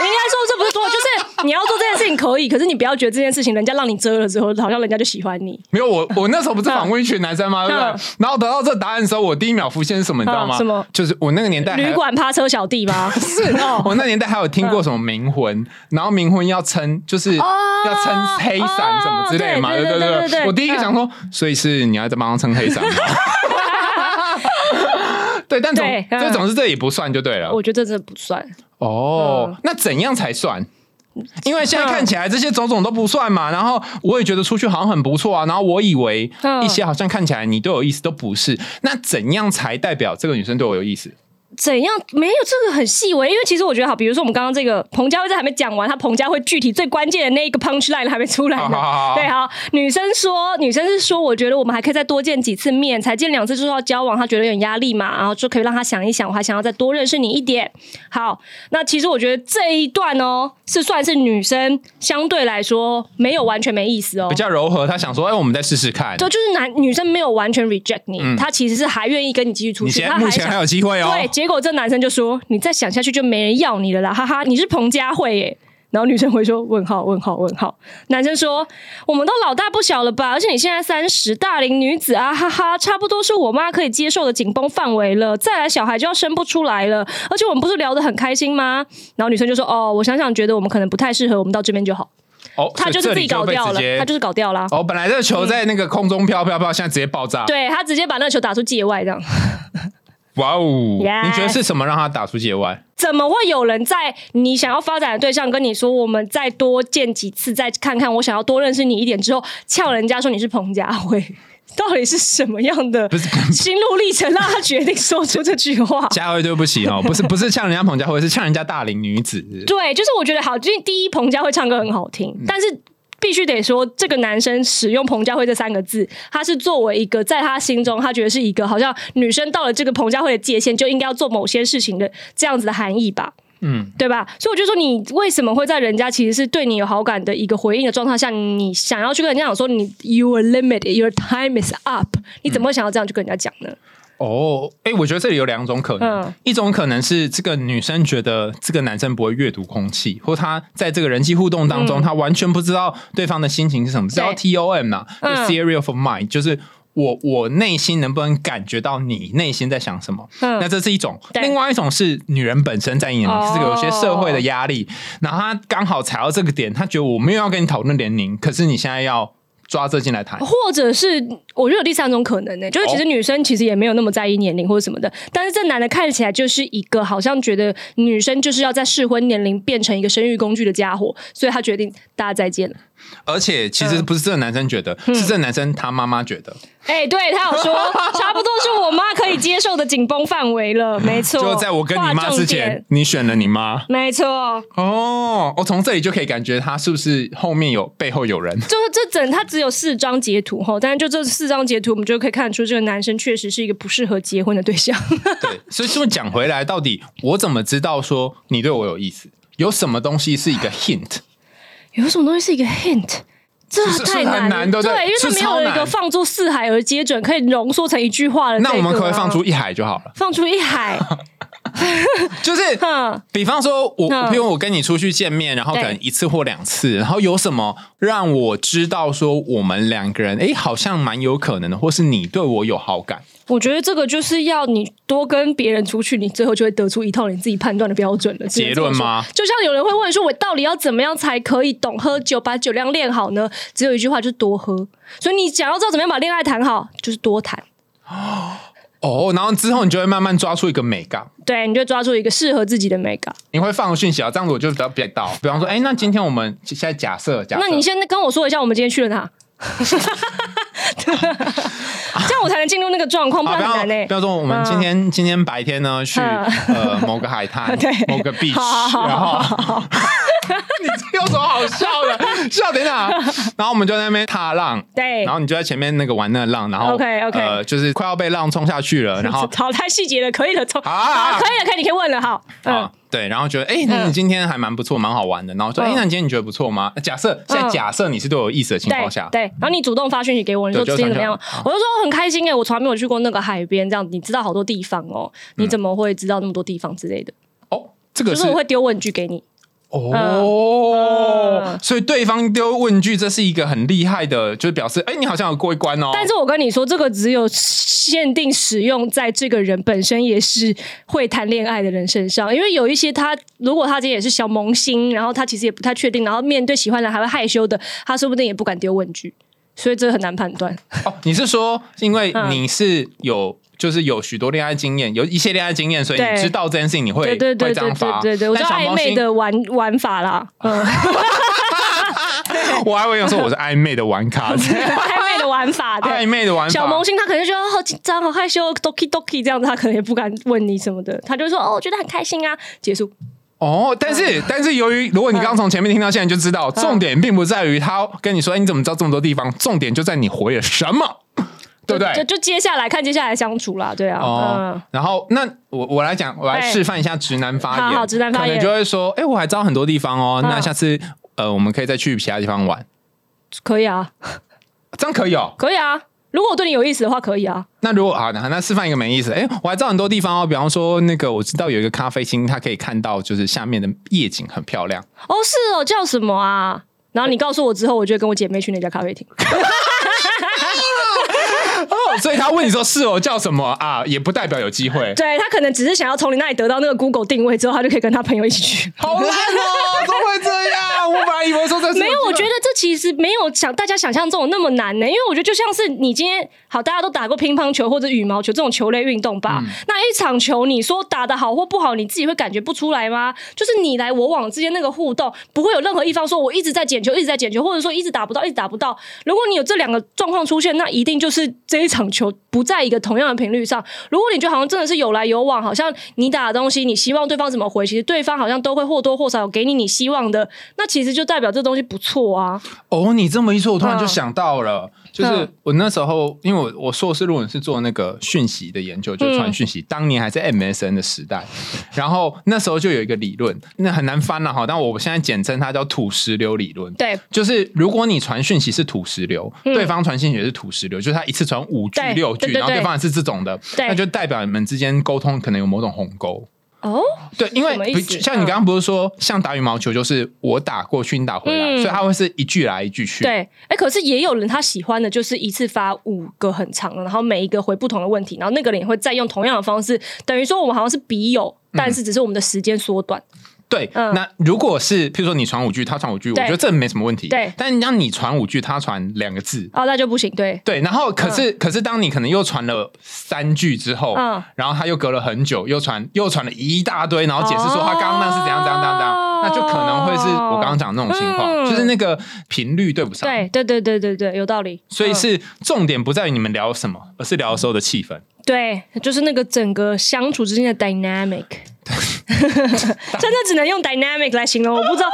A: 应该说这不是多了，就是你要做这件事情可以，可是你不要觉得这件事情人家让你遮了之后，好像人家就喜欢你。
B: 没有，我 我那时候不是访问一群男生吗？对不对
A: 嗯？
B: 然后得到这答案的时候，我第一秒浮现是什么，你知道吗？
A: 嗯什么
B: 就是我那个年代还
A: 旅。馆趴车小弟吧，是 哦，
B: 我那年代还有听过什么冥婚，然后冥婚要撑，就是要撑黑伞什么之类的嘛，
A: 哦哦对
B: 对
A: 对对对对
B: 我第一个想说，所以是你要在帮他撑黑伞 吗？对，但总
A: 对嗯
B: 这总是这也不算就对了。
A: 我嗯觉得这真的不算。
B: 哦，那怎样才算？因为
A: 嗯
B: 现在看起来这些种种都不算嘛，然后我也觉得出去好像很不错啊，然后我以为
A: 嗯
B: 一些好像看起来你对我有意思都不是，那怎样才代表这个女生对我有意思？
A: 怎样？没有这个很细微，因为其实我觉得好，比如说我们刚刚这个彭佳慧在还没讲完，她彭佳慧具体最关键的那一个 punch line 还没出来呢。
B: 好好好好
A: 对，好，女生说，女生是说，我觉得我们还可以再多见几次面，才见两次就说要交往，她觉得有点压力嘛，然后就可以让她想一想，我还想要再多认识你一点。好，那其实我觉得这一段哦，是算是女生相对来说没有完全没意思哦，
B: 比较柔和，她想说，哎，我们再试试看。
A: 对，就是男女生没有完全 reject 你，她其实是还愿意跟你继续
B: 嗯
A: 出
B: 你
A: 去，
B: 现在
A: 她
B: 目
A: 还
B: 前
A: 想
B: 还有机会哦。
A: 对，结果这男生就说：“你再想下去就没人要你了啦，哈哈，你是彭佳慧耶。”然后女生回说：“问号，问号，问号。”男生说：“我们都老大不小了吧？而且你现在三十，大龄女子啊，哈哈，差不多是我妈可以接受的紧绷范围了。再来小孩就要生不出来了。而且我们不是聊得很开心吗？”然后女生就说：“哦，我想想，觉得我们可能不太适合，我们到这边就好。
B: 哦”，
A: 他就是
B: 所以这
A: 自己
B: 里
A: 搞
B: 被
A: 掉
B: 直
A: 了，
B: 接
A: 他就是搞掉啦。
B: 哦，本来这个球在那个空中飘飘飘，现在直接爆炸。
A: 对他直接把那球打出界外，这样
B: 哇哦
A: Yes
B: 你觉得是什么让他打出界外？
A: 怎么会有人在你想要发展的对象跟你说，我们再多见几次，再看看，我想要多认识你一点之后，撬人家说你是彭佳慧， 到底是什么样的
B: 是
A: 心路历程让他决定说出这句话？
B: 佳慧，对不起哦，不是不是呛人家彭佳慧，是呛人家大龄女子。
A: 对，就是我觉得好，因为第一，彭佳慧唱歌很好听，但是。必须得说，这个男生使用“彭佳慧”这三个字，他是作为一个在他心中，他觉得是一个好像女生到了这个彭佳慧的界限，就应该要做某些事情的这样子的含义吧。
B: 嗯，
A: 对吧？所以我就说，你为什么会在人家其实是对你有好感的一个回应的状态下，你想要去跟人家讲说你 your limit your time is up，你怎么会想要这样去跟人家讲呢？
B: 哦，哎，我觉得这里有两种可能，
A: 嗯
B: 一种可能是这个女生觉得这个男生不会阅读空气，或她在这个人际互动当
A: 嗯
B: 中，她完全不知道对方的心情是什么，只要 T O M 嘛、
A: 嗯
B: 就 Theory of Mind，就是我我内心能不能感觉到你内心在想什么？
A: 嗯
B: 那这是一种，
A: 对
B: 另外一种是女人本身在眼
A: 哦
B: 里这个有些社会的压力，然后她刚好踩到这个点，她觉得我没有要跟你讨论年龄，可是你现在要抓这进来谈。
A: 或者是我觉得有第三种可
B: 哦
A: 能呢、欸就是其实女生其实也没有那么在意年龄或者什么的，但是这男的看起来就是一个好像觉得女生就是要在适婚年龄变成一个生育工具的家伙，所以他决定大家 再见了。
B: 而且其实不是这个男生觉得，
A: 嗯
B: 是这个男生他妈妈觉得，
A: 哎、对他有说，差不多是我妈可以接受的紧绷范围了，没错。
B: 就在我跟你
A: 划
B: 妈
A: 重
B: 之
A: 点
B: 前，，你选了你妈。
A: 没错。
B: 哦，我从这里就可以感觉他是不是后面有背后有人。
A: 就是这整它只有四张截图哈，但是就这四张截图，我们就可以看出这个男生确实是一个不适合结婚的对象。
B: 对，所以这么讲回来，到底我怎么知道说你对我有意思？有什么东西是一个 hint？
A: 有什么东西是一个 hint？这
B: 是是
A: 太难了，
B: 很难对不对
A: 因为它
B: 是
A: 没有
B: 超难
A: 一个放诸四海而皆准，可以浓缩成一句话的这
B: 那
A: 个啊、
B: 我们可不可以放出一海就好了？
A: 放出一海？
B: 就是
A: 哼，
B: 比方说我，
A: 嗯
B: 譬如我跟你出去见面，然后可
A: 对
B: 能一次或两次，然后有什么让我知道说我们两个人，哎，好像蛮有可能的，或是你对我有好感，
A: 我觉得这个就是要你多跟别人出去，你最后就会得出一套你自己判断的标准了。只能
B: 结
A: 这么
B: 论
A: 说
B: 吗？
A: 就像有人会问说，我到底要怎么样才可以懂喝酒，把酒量练好呢？只有一句话，就是多喝。所以你想要知道怎么样把恋爱谈好，就是多谈。
B: 哦，然后之后你就会慢慢抓出一个美感，
A: 对，你就抓住一个适合自己的美感。
B: 你会放讯息啊，这样子我就比较比较到。比方说，哎，那今天我们现在假设，假设，
A: 那你先跟我说一下，我们今天去了 哪？这样我才能进入那个状况，不
B: 好，
A: 然
B: 不
A: 很难呢、欸
B: 要不要说我们今天今天白天呢去
A: 嗯
B: 呃某个海滩
A: 对，
B: 某个 beach，
A: 好好好
B: 然后 你这有什么好笑的？笑点哪？然后我们就在那边踏浪，
A: 对
B: 然后你就在前面那个玩那个浪，然后
A: OK，OK
B: 呃就是快要被浪冲下去了，然后 啊
A: 好，太细节了，可以了，从
B: 好好好
A: 可以了，可以，你可以问了，好，嗯
B: 啊。对，然后觉得哎、那你
A: 嗯
B: 今天还蛮不错，蛮好玩的。然后说哎、
A: 嗯
B: 那你今天你觉得不错吗？啊假设现在
A: 嗯
B: 假设你是对我有意思的情
A: 对
B: 况下，
A: 对，然后你主动发讯息给我，你
B: 对
A: 说
B: 就
A: 最近怎么样
B: 想？想
A: 我就说很开心哎、我从来没有去过那个海边，这样你知道好多地方哦，你怎么会知道那么多地方之类的？
B: 哦，嗯这个
A: 就是是我会丢问句给你，
B: 哦，
A: 嗯
B: 所以对方丢问句，这是一个很厉害的，就是表示，哎、你好像有过一关哦。
A: 但是我跟你说，这个只有限定使用在这个人本身也是会谈恋爱的人身上，因为有一些他如果他今天也是小萌新，然后他其实也不太确定，然后面对喜欢的人还会害羞的，他说不定也不敢丢问句，所以这很难判 断。
B: 哦，你是说，因为
A: 嗯
B: 你是有，就是有许多恋爱经验，有一些恋爱经验，所以
A: 对
B: 你知道这件事情，你会
A: 对对对
B: 会这
A: 对
B: 样
A: 对
B: 发。
A: 对对，我
B: 但
A: 叫
B: 小
A: 暧
B: 猫
A: 昧
B: 星，
A: 的玩玩法啦， 嗯，
B: 我还以为有说我是暧昧的玩 咖，
A: 暧昧的玩法，对
B: 暧。昧的玩法。
A: 小萌新他可能觉得哦好紧张、好害羞，doki doki 这样子，他可能也不敢问你什么的，他就说哦，我觉得很开心啊，结束。
B: 哦，但
A: 嗯
B: 是但是由于如果你刚从前面听到现在就知道，重点并不在于他跟你说，哎，你怎么知道这么多地方？重点就在你回了什么，对不对？
A: 就就就接下来看接下来相处啦，对啊，
B: 哦
A: 嗯，，
B: 然后那我我来讲，我来
A: 哎
B: 示范一下直男发言。
A: 好好直男发言
B: 可能就会说，哎，我还知道很多地方哦，
A: 嗯
B: 那下次呃，我们可以再去其他地方玩，
A: 可以啊，
B: 这样可以哦。
A: 可以啊。如果我对你有意思的话，可以啊。
B: 那如果啊，那那示范一个没意思，哎，我还知道很多地方哦，比方说那个我知道有一个咖啡厅，它可以看到就是下面的夜景很漂亮。
A: 哦，是哦，叫什么啊？然后你告诉我之后，我就会跟我姐妹去那家 咖啡厅。
B: 哦，所以他问你说是哦，叫什么啊？也不代表有机会。
A: 对她可能只是想要从你那里得到那个 Google 定位之后，她就可以跟她朋友一起去。
B: 好烂哦，怎么会这样？我本来以为说这 是啊
A: 没有，我觉
B: 得
A: 得这其实没有想大家想象中的那么难呢、因为我觉得就像是你今天好，大家都打过乒乓球或者羽毛球这种球类运动
B: 嗯
A: 吧，那一场球你说打得好或不好，你自己会感觉不出来吗？就是你来我往之间那个互动，不会有任何一方说我一直在捡球，一直在捡球，或者说一直打不到，一直打不到。如果你有这两个状况出现，那一定就是这一场球不在一个同样的频率上。如果你就好像真的是有来有往，好像你打的东西，你希望对方怎么回，其实对方好像都会或多或少有给你你希望的，那其实就代表这东西不错啊。
B: 哦，你这么一说，我突然就
A: 嗯
B: 想到了，就是
A: 嗯
B: 我那时候，因为我我硕士论文是做那个讯息的研究，
A: 嗯
B: 就是传讯息，当年还是 MSN 的时代，然后那时候就有一个理论，那很难翻了啊哈，但我现在简称它叫土石流理论。
A: 对嗯
B: 就是如果你传讯息是土石流，对方传讯息也是土石流，就是他一次传五句
A: 对
B: 六句，
A: 对对
B: 然后对
A: 对
B: 方也是这种的，
A: 对
B: 那就代表你们之间沟通可能有某种鸿沟。
A: 哦，
B: 对，因为
A: 什么意
B: 不
A: 思嗯
B: 像你刚刚不是说，像打羽毛球就是我打过去，你打回来，
A: 嗯
B: 所以他会是一句来一句去。
A: 对，哎、可是也有人他喜欢的就是一次发五个很长的，然后每一个回不同的问题，然后那个人也会再用同样的方式，等于说我们好像是笔友，但是只是我们的时间缩短。
B: 对，
A: 嗯
B: 那如果是譬如说你传五句，他传五句，我
A: 对
B: 觉得这没什么问题。
A: 对
B: 但让你传五句，他传两个字。
A: 哦，那就不行，对，
B: 对，然后可是、可是，当你可能又传了三句之后，
A: 嗯
B: 然后他又隔了很久，又传又传了一大堆，然后解释说他刚刚那是怎样怎样怎样怎样，
A: 哦
B: 那就可能会是我刚刚讲的那种情况，
A: 嗯
B: 就是那个频率对不上。
A: 对，对，对，对，对，对，有道理。
B: 所以
A: 嗯
B: 是重点不在于你们聊什么，而是聊的时候的气氛。
A: 对，就是那个整个相处之间的 dynamic，真的只能用 dynamic 来形容，我不知道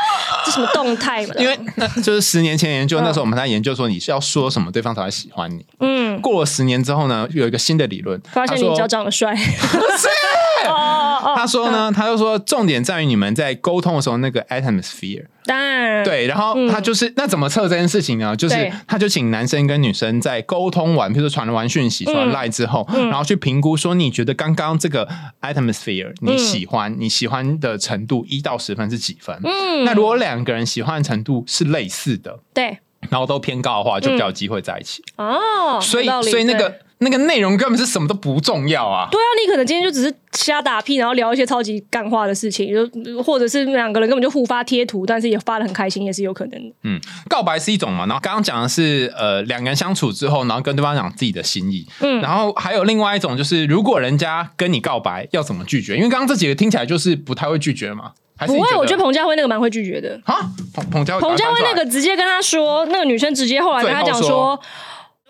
A: 这什么动态嘛。
B: 因为那就是十年前研究，那时候我们在研究说你是要说什么，对方才会喜欢你。
A: 嗯，
B: 过了十年之后呢，有一个新的理论，
A: 发现你
B: 他
A: 只
B: 说
A: 要长得帅，嗯
B: 他说呢，他就说重点在于你们在沟通的时候那个 atmosphere，
A: 当然，
B: 对，然后他就是、那怎么测这件事情呢？就是
A: 嗯对
B: 他就请男生跟女生在沟通完，比如说传完讯息、传
A: 嗯
B: line 之后，然后去评估说你觉得刚刚这个 atmosphere
A: 嗯
B: 你喜欢、你喜欢的程度一到十分是几分？
A: 嗯，
B: 那如果两个人喜欢的程度是类似的，
A: 对
B: 然后都偏高的话，就比较有机会在一起。
A: 嗯哦，
B: 所以
A: 有道理
B: 所以那
A: 对
B: 个那个内容根本是什么都不重要啊。
A: 对啊，你可能今天就只是瞎打屁，然后聊一些超级干话的事情，就或者是两个人根本就互发贴图，但是也发的很开心，也是有可能的。
B: 告白是一种嘛，然后刚刚讲的是呃两个人相处之后，然后跟对方讲自己的心意，嗯，然后还有另外一种就是如果人家跟你告白要怎么拒绝，因为刚刚这几个听起来就是不太会拒绝嘛，还是
A: 不
B: 你
A: 会，我觉
B: 觉
A: 得彭佳慧那个蛮会拒绝的。
B: 啊彭彭佳慧
A: 彭佳慧
B: 赶快
A: 那
B: 翻出来
A: 个直接跟他说，那个女生直接后来跟他讲
B: 最后
A: 说。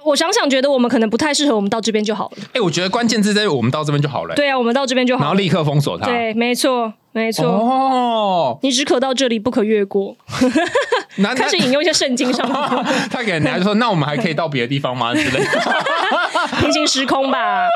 A: 我想想，觉得我们可能不太适合，我们到这边就好了。
B: 哎、我觉得关键字在于我们到这边就好了、欸
A: 对啊，我们到这边就
B: 然
A: 好
B: 后
A: 了。
B: 立刻封锁他，
A: 对，没错，没错。
B: 啊哦，
A: 你只可到这里，不可越过。
B: 那那
A: 开始引用一些圣经上的
B: 他给人家就说，那我们还可以到别的地方吗之类 的，
A: 平行时空吧。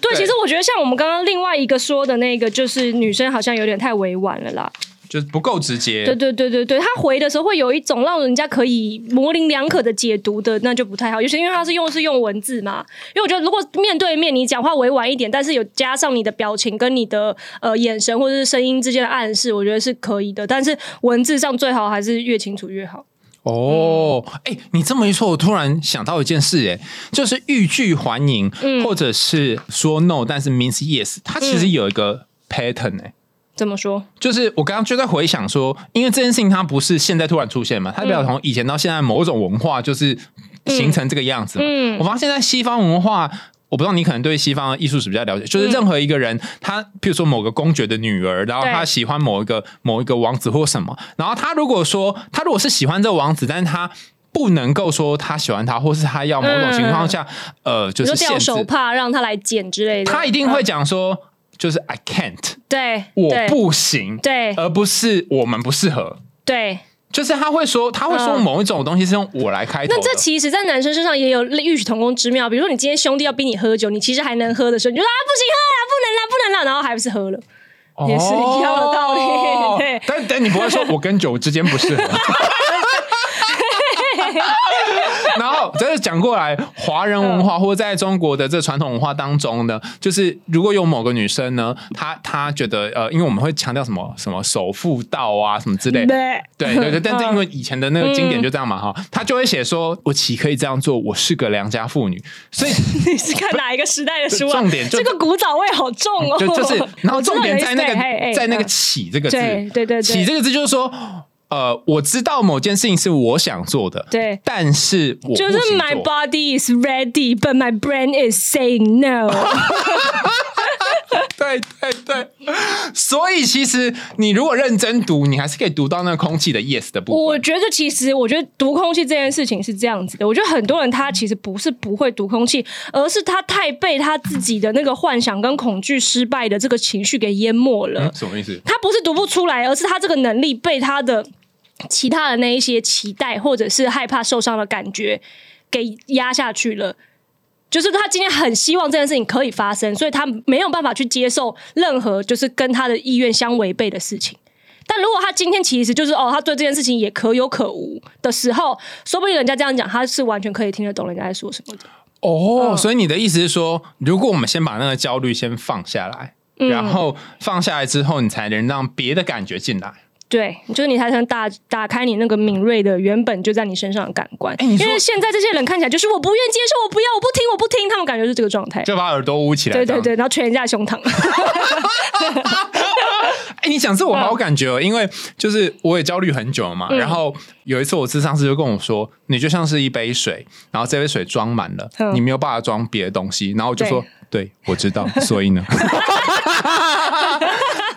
A: 对，
B: 对
A: 其实我觉得像我们刚刚另外一个说的那个，就是女生好像有点太委婉了啦。
B: 就是不够直接，
A: 对对对对对，她回的时候会有一种让人家可以模棱两可的解读的，那就不太好。尤其因为她是用是用文字嘛，因为我觉得如果面对面你讲话委婉一点，但是有加上你的表情跟你的呃眼神或者是声音之间的暗示，我觉得是可以的。但是文字上最好还是越清楚越好。
B: 哦，哎、你这么一说，我突然想到一件事、哎，就是欲拒还迎，或者是说 no，但是 means yes，它其实有一个 pattern 哎、
A: 怎么说？
B: 就是我刚刚就在回想说，因为这件事情它不是现在突然出现
A: 嗯
B: 嘛，它比较从以前到现在某种文化就是形成这个样子嘛。
A: 嗯
B: 我发现在西方文化，我不知道你可能对西方艺术史比较了
A: 嗯
B: 解，就是任何一个人，他譬如说某个公爵的女儿，然后
A: 对
B: 他喜欢某一个某一个王子或什么，然后他如果说他如果是喜欢这个王子，但是他。不能够说他喜欢他，或是他要某种情况下，呃，就
A: 你
B: 是
A: 说
B: 限
A: 掉
B: 制
A: 手，帕让他来捡之类的，
B: 他一定会
A: 嗯
B: 讲说，就是 I can't，
A: 对，
B: 我
A: 对
B: 不行，
A: 对
B: 而不是我们不适合。
A: 对，
B: 就是他会说，他会说
A: 嗯
B: 某一种东西是用我来开头的。
A: 那这其实，在男生身上也有异曲同工之妙。比如说，你今天兄弟要逼你喝酒，你其实还能喝的时候，你就说啊，不行，喝啦，不能啦，不能啦，然后还不 是喝了。也是一样的道理
B: 哦
A: 对
B: 但但你不会说我跟酒之间不适合。 然后，这是讲过来，华人文
A: 嗯
B: 化或者在中国的这传统文化当中呢，就是如果有某个女生呢，她她觉得呃，因为我们会强调什么什么首付道啊什么之类，
A: 对
B: 对对 对，但是
A: 嗯
B: 因为以前的那个经典就这样嘛哈，她就会写说，我岂可以这样做？我是个良家妇女，所以
A: 你是看哪一个时代的书啊？
B: 重点就
A: 这个古早味好重哦，，
B: 就就是 然后
A: 我知道
B: 重点
A: 有一
B: 在那
A: 对嘿
B: 个
A: 嘿
B: 在那个“
A: 嗯
B: 起”这个字，
A: 对对对对
B: 起这个字就是说，呃，我知道某件事情是我想做的，
A: 对
B: 但是我不
A: 就
B: 行
A: 是
B: 做
A: My body is ready, but my brain is saying no。
B: 对对对，所以其实你如果认真读，你还是可以读到那个空气的 yes 的部
A: 我
B: 分。
A: 觉得其实，我觉得读空气这件事情是这样子的。我觉得很多人他其实不是不会读空气，而是他太被他自己的那个幻想跟恐惧失败的这个情绪给淹没了。
B: 嗯，什么意思？
A: 他不是读不出来，而是他这个能力被他的其他的那一些期待或者是害怕受伤的感觉给压下去了。就是他今天很希望这件事情可以发生，所以他没有办法去接受任何就是跟他的意愿相违背的事情。但如果他今天其实就是哦，他对这件事情也可有可无的时候，说不定人家这样讲，他是完全可以听得懂人家在说什么的。嗯
B: 哦，所以你的意思是说，如果我们先把那个焦虑先放下来，
A: 嗯
B: 然后放下来之后，你才能让别的感觉进来。
A: 对，就是你才能打打开你那个敏锐的原本就在你身上的感官。
B: 哎你说
A: 因为现在这些人看起来就是我不愿接受，我不要，我不听，我不听，他们感觉是这个状态。
B: 就把耳朵捂起来。
A: 对
B: 啊这
A: 对
B: 样
A: 对，然后捶人家的 胸膛。
B: 哎、你讲这我好有感觉哦，因为就是我也焦虑很久了
A: 嗯
B: 嘛。然后有一次我智商师就跟我说，你就像是一杯水，然后这杯水装满了，
A: 嗯
B: 你没有办法装别的东西。然后我就说，对我知道，所以呢。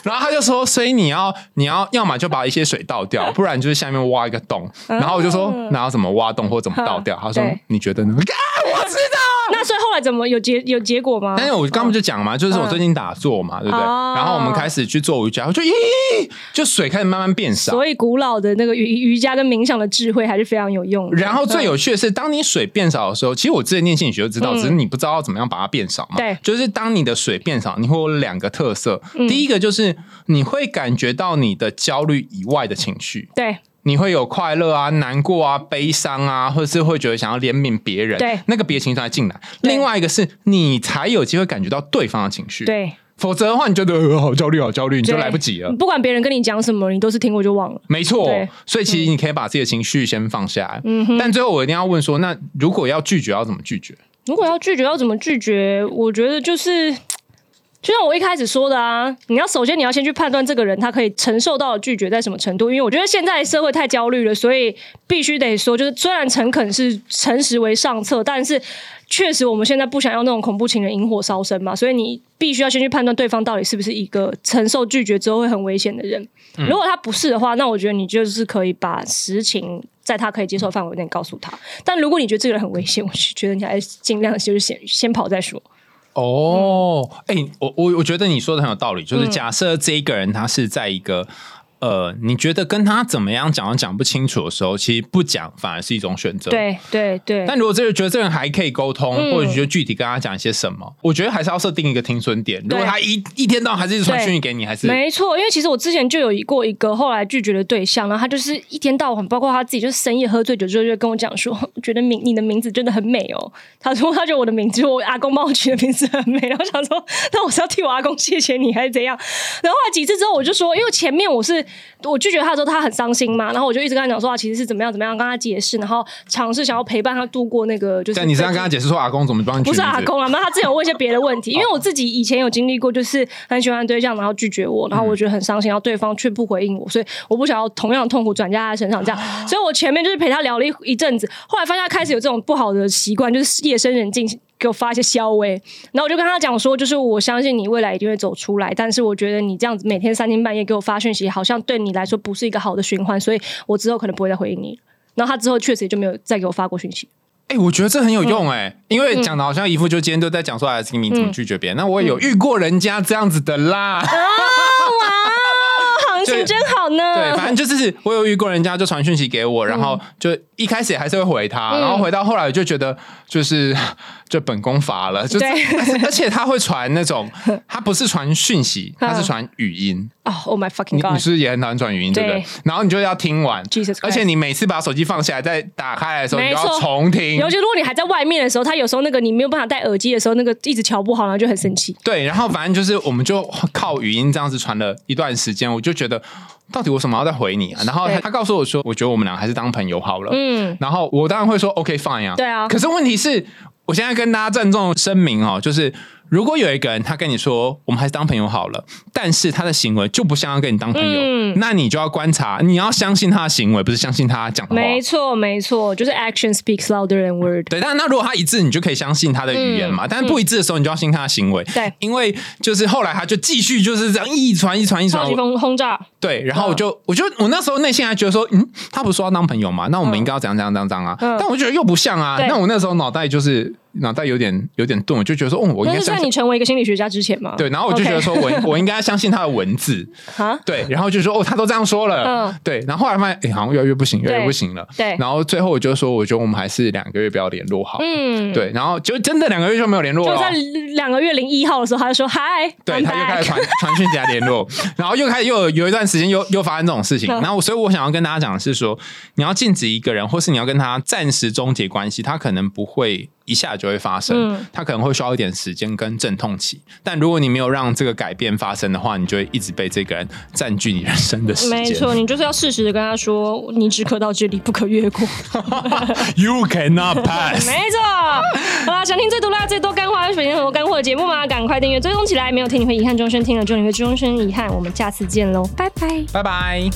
B: 然后他就说，所以你要你要要么就把一些水倒掉，不然就是下面挖一个洞。然后我就说，那要怎么挖洞或怎么倒掉？他
A: 嗯
B: 说
A: 对，
B: 你觉得呢？ 啊我知道。
A: 那所以后来怎么有结有结果吗？
B: 但是哎我刚刚不就讲嘛，就是我最近打坐嘛，对不对？
A: 嗯哦
B: 然后我们开始去做瑜伽，我就咦，就水开始慢慢变少。
A: 所以古老的那个瑜瑜伽跟冥想的智慧还是非常有用的。
B: 然后最有趣的是，当你水变少的时候，其实我之前念心理学就知道，只是你不知道要怎么样把它变少嘛。
A: 嗯对嗯
B: 就是当你的水变少，你会有两个特色。第一个就是你会感觉到你的焦虑以外的情绪，
A: 对
B: 你会有快乐啊、难过啊、悲伤啊，或者是会觉得想要怜悯别人，
A: 对
B: 那个别的情绪才进来。
A: 对
B: 另外一个是你才有机会感觉到对方的情绪，，
A: 对，
B: 否则的话你觉得、呃好焦虑、好焦虑，你就
A: 对
B: 来不及了。
A: 不管别人跟你讲什么，你都是听过就忘了。
B: 没错
A: 对，
B: 所以其实你可以把自己的情绪先放下来。
A: 嗯哼，
B: 但最后我一定要问说，那如果要拒绝，要怎么拒绝？
A: 如果要拒绝，要怎么拒绝？我觉得就是，就像我一开始说的啊，你要首先你要先去判断这个人他可以承受到的拒绝在什么程度，因为我觉得现在社会太焦虑了，所以必须得说，就是虽然诚恳是诚实为上策，但是确实我们现在不想要那种恐怖情人引火烧身嘛，所以你必须要先去判断对方到底是不是一个承受拒绝之后会很危险的人。如果他不是的话，那我觉得你就是可以把实情。在他可以接受的范围内告诉他，但如果你觉得这个人很危险，我是觉得你还是尽量就是先先跑再说。
B: 哦，
A: 嗯
B: 哎、我我我觉得你说的很有道理，就是假设这一个人他是在一个。呃，你觉得跟他怎么样讲都讲不清楚的时候，其实不讲反而是一种选择。。
A: 对对对，
B: 但如果这个觉得这个人还可以沟通，
A: 嗯
B: 或者觉得具体跟他讲一些什么，我觉得还是要设定一个停损点。如果他一一天到晚还是一直传讯息给你，还是
A: 没错，因为其实我之前就有一过一个后来拒绝的对象，然后他就是一天到晚，包括他自己，就是深夜喝醉酒之后就会跟我讲说， 我觉得名你的名字真的很美哦。他说他觉得我的名字，就是我阿公帮我取的名字很美，然后我想说，那我是要替我阿公谢谢你还是怎样？然后后来几次之后，我就说，因为前面我是我拒绝他的时候，他很伤心嘛，然后我就一直跟他讲说，啊，其实是怎么样怎么样，跟他解释，然后尝试想要陪伴他度过那个就是
B: 但你是要跟他解释说阿公怎么帮你取
A: 不是
B: 名字
A: 阿公啊，那他之前有问一些别的问题，因为我自己以前有经历过，就是很喜欢的对象，然后拒绝我，然后我觉得很伤心，然后对方却不回应我，所以我不想要同样的痛苦转嫁在他身上，这样，所以我前面就是陪他聊了一一阵子，后来发现他开始有这种不好的习惯，就是夜深人静。给我发一些消微，然后我就跟他讲说，就是我相信你未来一定会走出来，但是我觉得你这样子每天三更半夜给我发讯息，好像对你来说不是一个好的循环，所以我之后可能不会再回应你了。然后他之后确实也就没有再给我发过讯息。
B: 哎、我觉得这很
A: 嗯
B: 有用哎、因为讲的好像一副就今天都在讲说 S 明怎
A: 嗯
B: 么拒绝别人，那我也有遇过人家这样子的啦。
A: 啊哇，行情真好呢。
B: 对，反正就是我有遇过人家就传讯息给
A: 嗯
B: 我，然后就一开始还是会回他，然后回到后来我就觉得就是 就本宫乏了，就是
A: 对
B: 而且他会传那 种，他不是传讯息，
A: 嗯
B: 他是传语音。
A: 哦、o h
B: 你
A: my fucking
B: 你
A: god！
B: 是不是也很讨厌转语音，对不对
A: 对？
B: 然后你就要听完
A: Jesus，Christ
B: 而且你每次把手机放下来再打开来的时候，你
A: 没
B: 就
A: 错
B: 要重听
A: 尤。其如果你还在外面的时候，他有时候那个你没有办法戴耳机的时候，那个一直瞧不好，然后就很生气。
B: 对，然后反正就是我们就靠语音这样子传了一段时间，我就觉得到底我什么要再回你啊？然后他
A: 对
B: 他告诉我说，我觉得我们俩还是当朋友好了。
A: 嗯，
B: 然后我当然会说 OK fine 啊，
A: 对啊
B: 可是问题是，我现在跟大家郑重声明哦，就是如果有一个人他跟你说我们还是当朋友好了，但是他的行为就不像要跟你当朋友，
A: 嗯
B: 那你就要观察，你要相信他的行为，不是相信他讲的话。
A: 没错，没错，就是 action speaks louder than word。
B: 对，但那如果他一致，你就可以相信他的语言嘛。但是不一致的时候，你就要相信他的行为。
A: 嗯对
B: 因为就是后来他就继续就是这样一传一传一传
A: 超，级轰轰炸，
B: 对，然后我
A: 嗯
B: 就，我就，我那时候内心还觉得说，嗯，他不是说要当朋友嘛，那我们应该要怎样怎样怎样怎样啊？
A: 嗯
B: 但我觉得又不像啊
A: 对。
B: 那我那时候脑袋就是脑袋有点有点钝，我就觉得说，哦，我应
A: 那
B: 该
A: 是
B: 相
A: 在
B: 信
A: 你。成为一个心理学家之前吗？
B: 对，然后我就觉得说
A: OK
B: 我应我应该相信他的文字，
A: 啊，
B: 对，然后就说哦，他都这样说了，
A: 嗯
B: 对，然后后来发现，哎，好像越来越不行，越来越
A: 对
B: 不行了，
A: 对
B: 然后最后我就说，我觉得我们还是两个月不要联络好，
A: 嗯，，
B: 对，然后就真的两个月就没有联络
A: 就
B: 了
A: 在
B: 哦。
A: 两个月零一号的时候，他就说嗨，
B: 对，
A: I'm
B: 他又开始
A: back
B: 传传讯息来联络，然后又开始又有有一段时间又又发生这种事情，
A: 嗯
B: 然后所以我想要跟大家讲的是说，你要禁止一个人，或是你要跟他暂时终结关系，他可能不会一下就会发生
A: 嗯，
B: 他可能会需要一点时间跟阵痛期，但如果你没有让这个改变发生的话，你就会一直被这个人占据你人生的时
A: 没
B: 间。
A: 错，你就是要适时的跟他说，你只可到这里，不可越过。
B: You cannot pass。
A: 没错，好啦，想听最毒辣、最多干货、水很多干货的节目吗？赶快订阅追踪起来，没有听你会遗憾终身，听了之后你会终身遗憾。我们下次见喽，拜拜。
B: 拜拜。